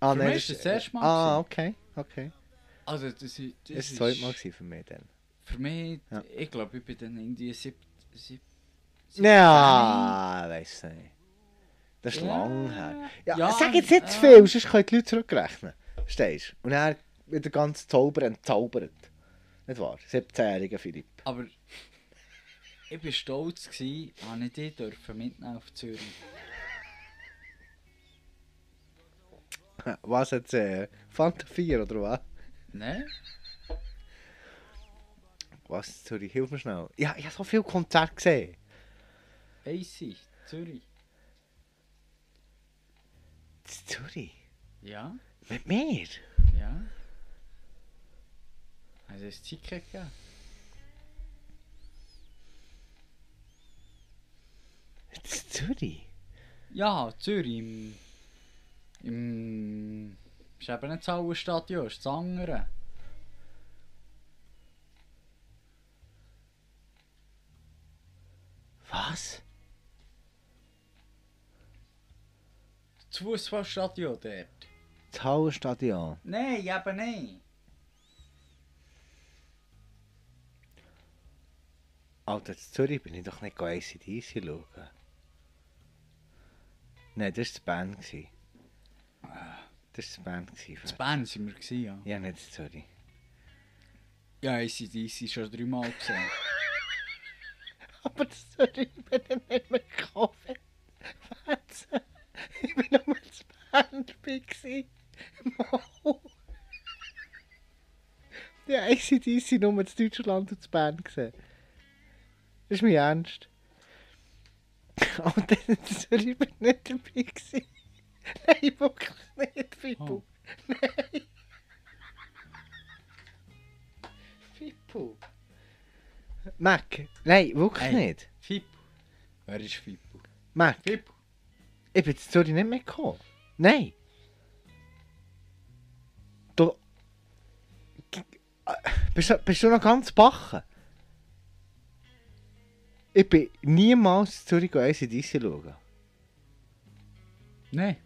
S2: Ah,
S3: Für mich ist das das erste Mal
S2: Ah, okay, okay.
S3: Also, das, ist- das
S2: Das war das
S3: ist-
S2: zweite Mal gewesen für mich dann.
S3: Für mich,
S2: Ja.
S3: ich glaube, ich bin dann irgendwie sieb, sieb,
S2: Ja, weiss nicht. Das ist
S3: Ja.
S2: lang her. Ja,
S3: Ja,
S2: sag jetzt nicht zu
S3: ja.
S2: viel, sonst können die Leute zurückrechnen. Verstehst du? Und er wird der ganze Zauber entzaubert. Nicht wahr? 17-jähriger Philipp.
S3: Aber ich war stolz, gewesen, dass ich die dürfen mitnehmen auf Zürich.
S2: [laughs] Was jetzt? Äh, Fanta 4 oder was?
S3: Ne?
S2: Was? Sorry, hilf mir schnell. Ja, ich habe so viele Konzerte gesehen.
S3: AC, Zürich.
S2: In Zürich.
S3: Ja,
S2: Mit mir?
S3: ja. Also es Ticket gegeben.
S2: In Zürich?
S3: Ja, Zürich im. im. ist eben nicht das Hallenstadion, ist das andere.
S2: Was?
S3: Das Fußballstadion dort.
S2: Das Hallenstadion.
S3: Nein, eben nicht.
S2: Alter, in Zürich bin ich doch nicht ACDC schauen. Nein, das war die Band. gewesen. Das war die Band. gewesen.
S3: In Bern waren wir, gewesen, ja.
S2: Ja, nicht in Zürich.
S3: Ja, ACDC schon dreimal gesehen.
S2: Aber in Zürich bin ich nicht mehr gekommen. Was? Ich bin nur in Band. Mal. Ja, ACDC nur in Deutschland und in Bern gesehen. Das ist mein Ernst. Aber [laughs] dann in Zürich bin ich nicht dabei. Gewesen. Nein, wirklich nicht, Fippo.
S3: Oh.
S2: Nein. Fippo. Mac, nein, wirklich
S3: Nein.
S2: nicht.
S3: Fippo. Wer ist Fippo?
S2: Mac,
S3: Fippo.
S2: ich bin in Zürich nicht mehr gekommen. Nein. Du... G- äh, Bist du, bist du noch ganz bachen? Ich bin niemals in Zürich ACDC schauen.
S3: Nein.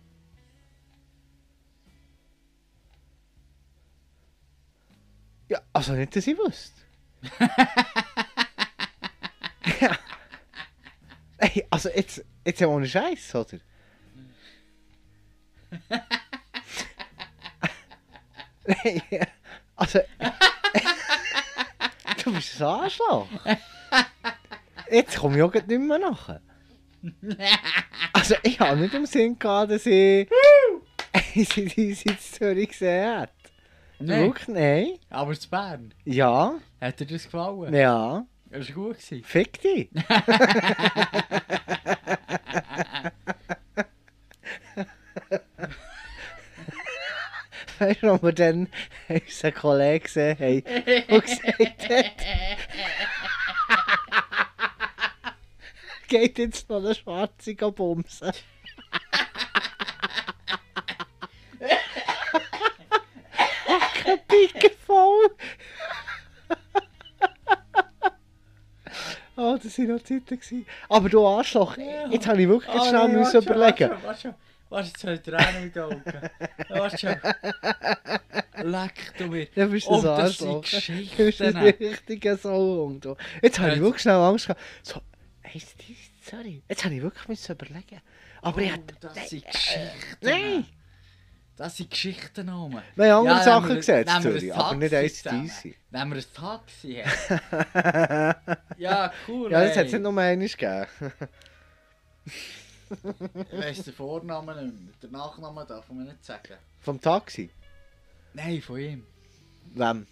S2: Ja, also nicht, dass ich wüsste. ja. Ey, also jetzt, jetzt ja ohne Scheiß, oder? Nein, also. du bist ein Arschloch. Jetzt komme ich auch grad nicht mehr nach. Also, ich habe nicht im Sinn gehabt, dass ich. sie in Zürich gesehen hat.
S3: Nein.
S2: Wirklich? Nein.
S3: Aber in Bern.
S2: Ja.
S3: Hat dir das gefallen?
S2: Ja,
S3: Das war gut. Gewesen.
S2: fick dich. Weißt du, wo wir dann unseren Kollegen gesehen haben, der gesagt hat, [laughs] geht jetzt noch eine schwarze gehen bumsen. Kein Picke voll. Oh, das waren noch Zeiten. gewesen. Aber du Arschloch, jetzt habe ich wirklich
S3: Ah,
S2: jetzt
S3: Oh,
S2: schnell müssen überlegen.
S3: Warte, warte, jetzt habe ich Tränen in den Augen. Warte schon. Leck du mir.
S2: Ja, bist du
S3: Oh,
S2: so
S3: das sind
S2: Arschloch. Du bist ein
S3: Geschichten.
S2: richtiger Sauhung. du. Jetzt habe ich
S3: Ja,
S2: wirklich schnell Angst gehabt. So, heisst das? Sorry. Jetzt habe ich wirklich müssen überlegen. Aber ich
S3: Oh,
S2: hatte...
S3: das sind Geschichten.
S2: Nein!
S3: Das sind Geschichten Namen.
S2: Wir haben andere
S3: Ja,
S2: Sachen
S3: nehmen wir-
S2: gesehen,
S3: nehmen wir ein
S2: Zürich, aber nicht
S3: Taxi
S2: eins
S3: zusammen.
S2: diese.
S3: Nehmen wir ein Taxi her. ja, cool.
S2: Ja, das
S3: ey.
S2: hat es nicht nur eines gegeben. [laughs]
S3: Ich weiss den Vornamen nicht mehr. Den Nachnamen darf man nicht sagen.
S2: Vom Taxi.
S3: Nein, von ihm.
S2: Wem?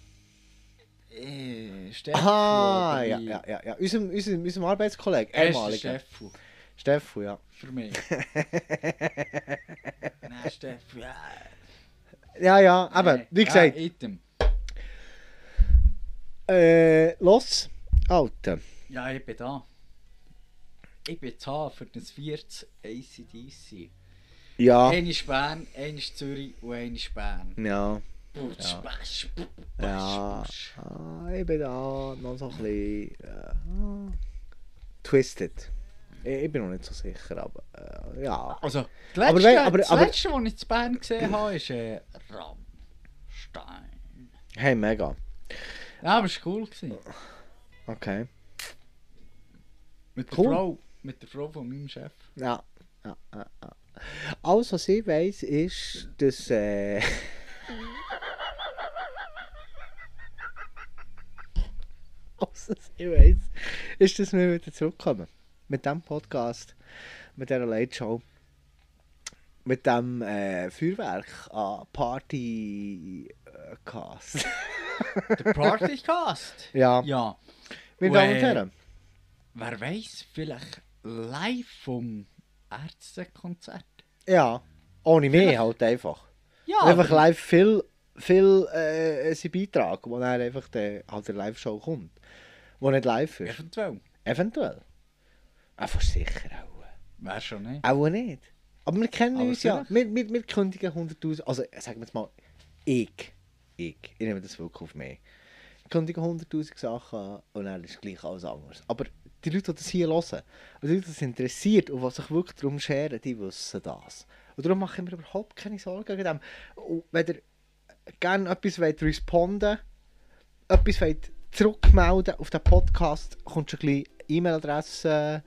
S3: Äh, Stefan.
S2: Ah, ja, ja, ja. ja. Unserem, unserem, unserem Arbeitskollegen,
S3: Er ist der
S2: ehemaliger.
S3: Stefan.
S2: Steffu, ja.
S3: Für mich.
S2: [laughs]
S3: Nein, Stefan. Nou, Ja.
S2: Ja, ja, aber
S3: Nein.
S2: wie gesagt,
S3: Ja, item.
S2: äh, los, Alter.
S3: ja, ich bin da. Ich bin da für das 40 ACDC.
S2: Ja,
S3: Eine ist Bern, eine ist Zürich und eine ist Bern.
S2: ja.
S3: Putsch,
S2: Ja.
S3: basch, putsch,
S2: Ja.
S3: basch.
S2: Ah, ich bin da noch so ein bisschen äh, twisted. Ich, ich bin noch nicht so sicher, aber äh, ja.
S3: Also, das
S2: Aber
S3: letzte,
S2: wenn- aber-
S3: das
S2: aber-
S3: letzte, was ich in Bern gesehen habe, ist äh, Rammstein.
S2: Hey, mega.
S3: Ja, aber es war cool. Gewesen.
S2: Okay.
S3: Mit, der
S2: Cool.
S3: Frau, mit der Frau von meinem Chef.
S2: Ja. ja, ja, ja. Alles, was ich weiß, ist, dass. Äh, [laughs] Alles, was ich weiß, ist, dass wir wieder zurückkommen. Mit diesem Podcast, mit dieser Late Show, mit dem äh, Feuerwerk an äh, Partycast.
S3: Der Partycast.
S2: [laughs] ja,
S3: ja.
S2: meine Damen
S3: Ue.
S2: und Herren.
S3: Wer weiß, vielleicht live vom Ärztekonzert.
S2: Ja, ohne mich halt einfach.
S3: Ja,
S2: einfach
S3: aber-
S2: live viel, viel äh, sein Beitrag, wo er einfach der, halt der Live-Show kommt. Wo nicht live ist.
S3: eventuell.
S2: Eventuell. Einfach sicher auch.
S3: Wär schon nicht.
S2: Auch nicht. Aber wir kennen
S3: Aber
S2: uns ja. Wir, wir, wir kündigen 100.000. Also sagen wir jetzt mal, ich. Ich. Ich nehme das wirklich auf mich. Ich kündige 100.000 Sachen an und dann ist gleich alles anders. Aber die Leute, die das hier hören, und die dus Leute, die das interessiert und was sich wirklich darum scheren, die wissen das. Und darum mache ich mir überhaupt keine Sorgen wegen oh, dem. Und wenn ihr gerne etwas wollt responden etwas wollt zurückmelden auf den Podcast, kommt schon gleich E-Mail-Adresse,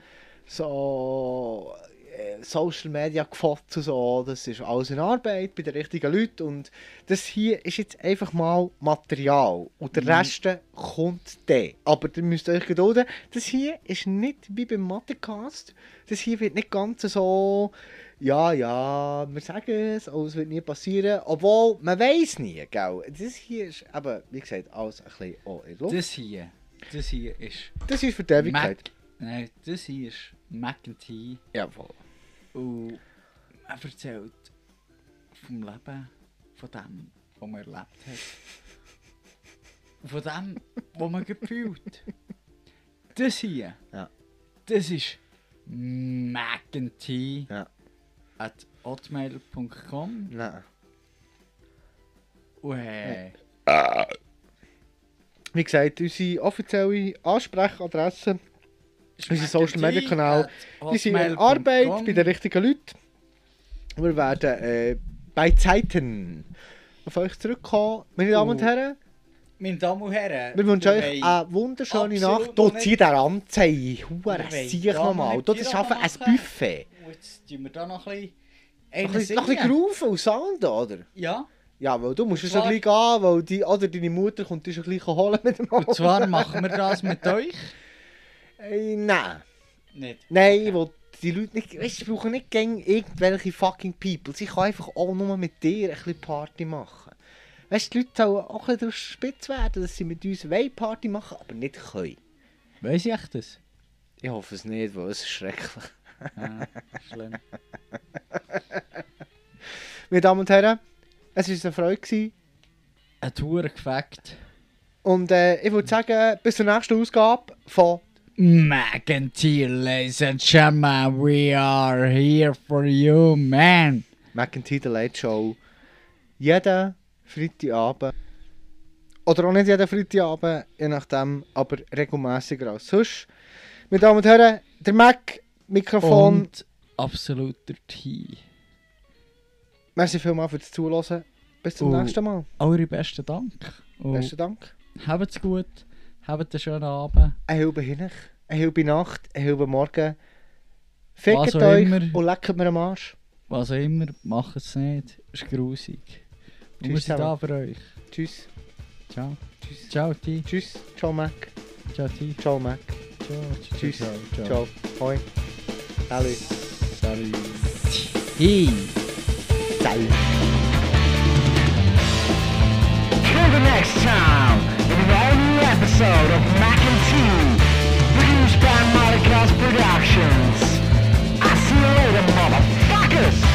S2: so äh, Social Media Fotos und so, das ist alles in Arbeit bei den richtigen Leuten und das hier ist jetzt einfach mal Material und der
S3: Mhm.
S2: Rest kommt dann. Aber ihr müsst euch gedulden, das hier ist nicht wie beim Mattercast, das hier wird nicht ganz so ja, ja, wir sagen es, aber es wird nie passieren, obwohl, man weiß nie, gell, das hier ist aber, wie gesagt, alles ein bisschen auch in der Luft.
S3: Das hier, das hier ist
S2: Das ist für die Ewigkeit.
S3: Mac. Nein, das hier ist McEntee
S2: Jawohl.
S3: und er erzählt vom Leben, von dem, was man erlebt hat. Und Von dem, was man gefühlt. Das hier,
S2: Ja.
S3: das ist McEntee
S2: Ja. nou.
S3: at hotmail.com
S2: Nein.
S3: und äh,
S2: Wie gesagt, unsere offizielle Ansprechadresse Unser Social Media Kanal. die sind in Arbeit bei den richtigen Leuten. Wir werden äh, bei Zeiten auf euch zurückkommen. Meine Damen und
S3: Oh.
S2: Herren,
S3: Meine Damen und Herren,
S2: wir wünschen
S3: wir
S2: euch
S3: wollen-
S2: eine wunderschöne
S3: absolut
S2: Nacht. Dort
S3: noch
S2: zieht der Anzeige.
S3: Wir wollen
S2: Hure, sieh
S3: da noch
S2: nochmal.
S3: nicht
S2: Dort ist
S3: Pyro
S2: einfach ein
S3: machen.
S2: Buffet.
S3: Und Jetzt tun wir da noch ein
S2: Noch
S3: bisschen.
S2: ein
S3: einen
S2: bisschen, noch ein
S3: singen.
S2: bisschen Graufen und Sound, oder?
S3: Ja,
S2: Ja, weil du musst es
S3: Klar.
S2: schon gleich gehen, weil die, oder deine Mutter kommt dich schon gleich holen mit dem
S3: und zwar machen wir das mit euch.
S2: Äh, nein.
S3: Nicht.
S2: Nein, okay. die Leute nicht. Weißt du, sie brauchen nicht gegen irgendwelche fucking People. Sie kann einfach auch nur mit dir ein bisschen Party machen. Weißt du, die Leute sollen auch ein bisschen drauf spitz werden, dass sie mit uns wollen Party machen, aber nicht können.
S3: Weiß ich echt das?
S2: Ich hoffe es nicht, weil es ist schrecklich.
S3: Ah, schlimm.
S2: Meine Damen und Herren, es war eine Freude. Gewesen.
S3: Ein Tour gefackt.
S2: Und äh, ich würde sagen, bis zur nächsten Ausgabe von
S3: McEntee, ladies and gentlemen, we are here for you, man.
S2: McIntyre The Late Show. Jeden Freitagabend. Oder auch nicht jeden Freitagabend, je nachdem, aber regelmäßiger als sonst. Meine Damen und Herren, der Mac, Mikrofon.
S3: Und absoluter Tee.
S2: Merci vielmals fürs Zuhören. Bis zum
S3: Und-
S2: nächsten Mal.
S3: Eure besten Dank. Und
S2: Besten Dank.
S3: Habt's gut. Habt einen schönen Abend.
S2: Eine halbe Hinnig, eine halbe Nacht, eine halbe Morgen. Fickt
S3: Was auch
S2: euch
S3: immer.
S2: und leckt mir am Arsch.
S3: Was auch immer, macht es nicht. Ist grusig. Und wir
S2: Tschüss
S3: sind da für euch.
S2: Tschüss.
S3: Ciao.
S2: Tschüss.
S3: Ciao, T.
S2: Tschüss. Ciao, Mac.
S3: Ciao, T.
S2: Ciao, Mac.
S3: Ciao.
S2: Tschüss.
S3: Ciao.
S2: Ciao. Hoi. Hallo.
S3: Salut. Hey.
S2: Salut.
S1: Till the next time, in an all-new episode of Mac and Tea, produced by Monocaust Productions. I see you later, motherfuckers!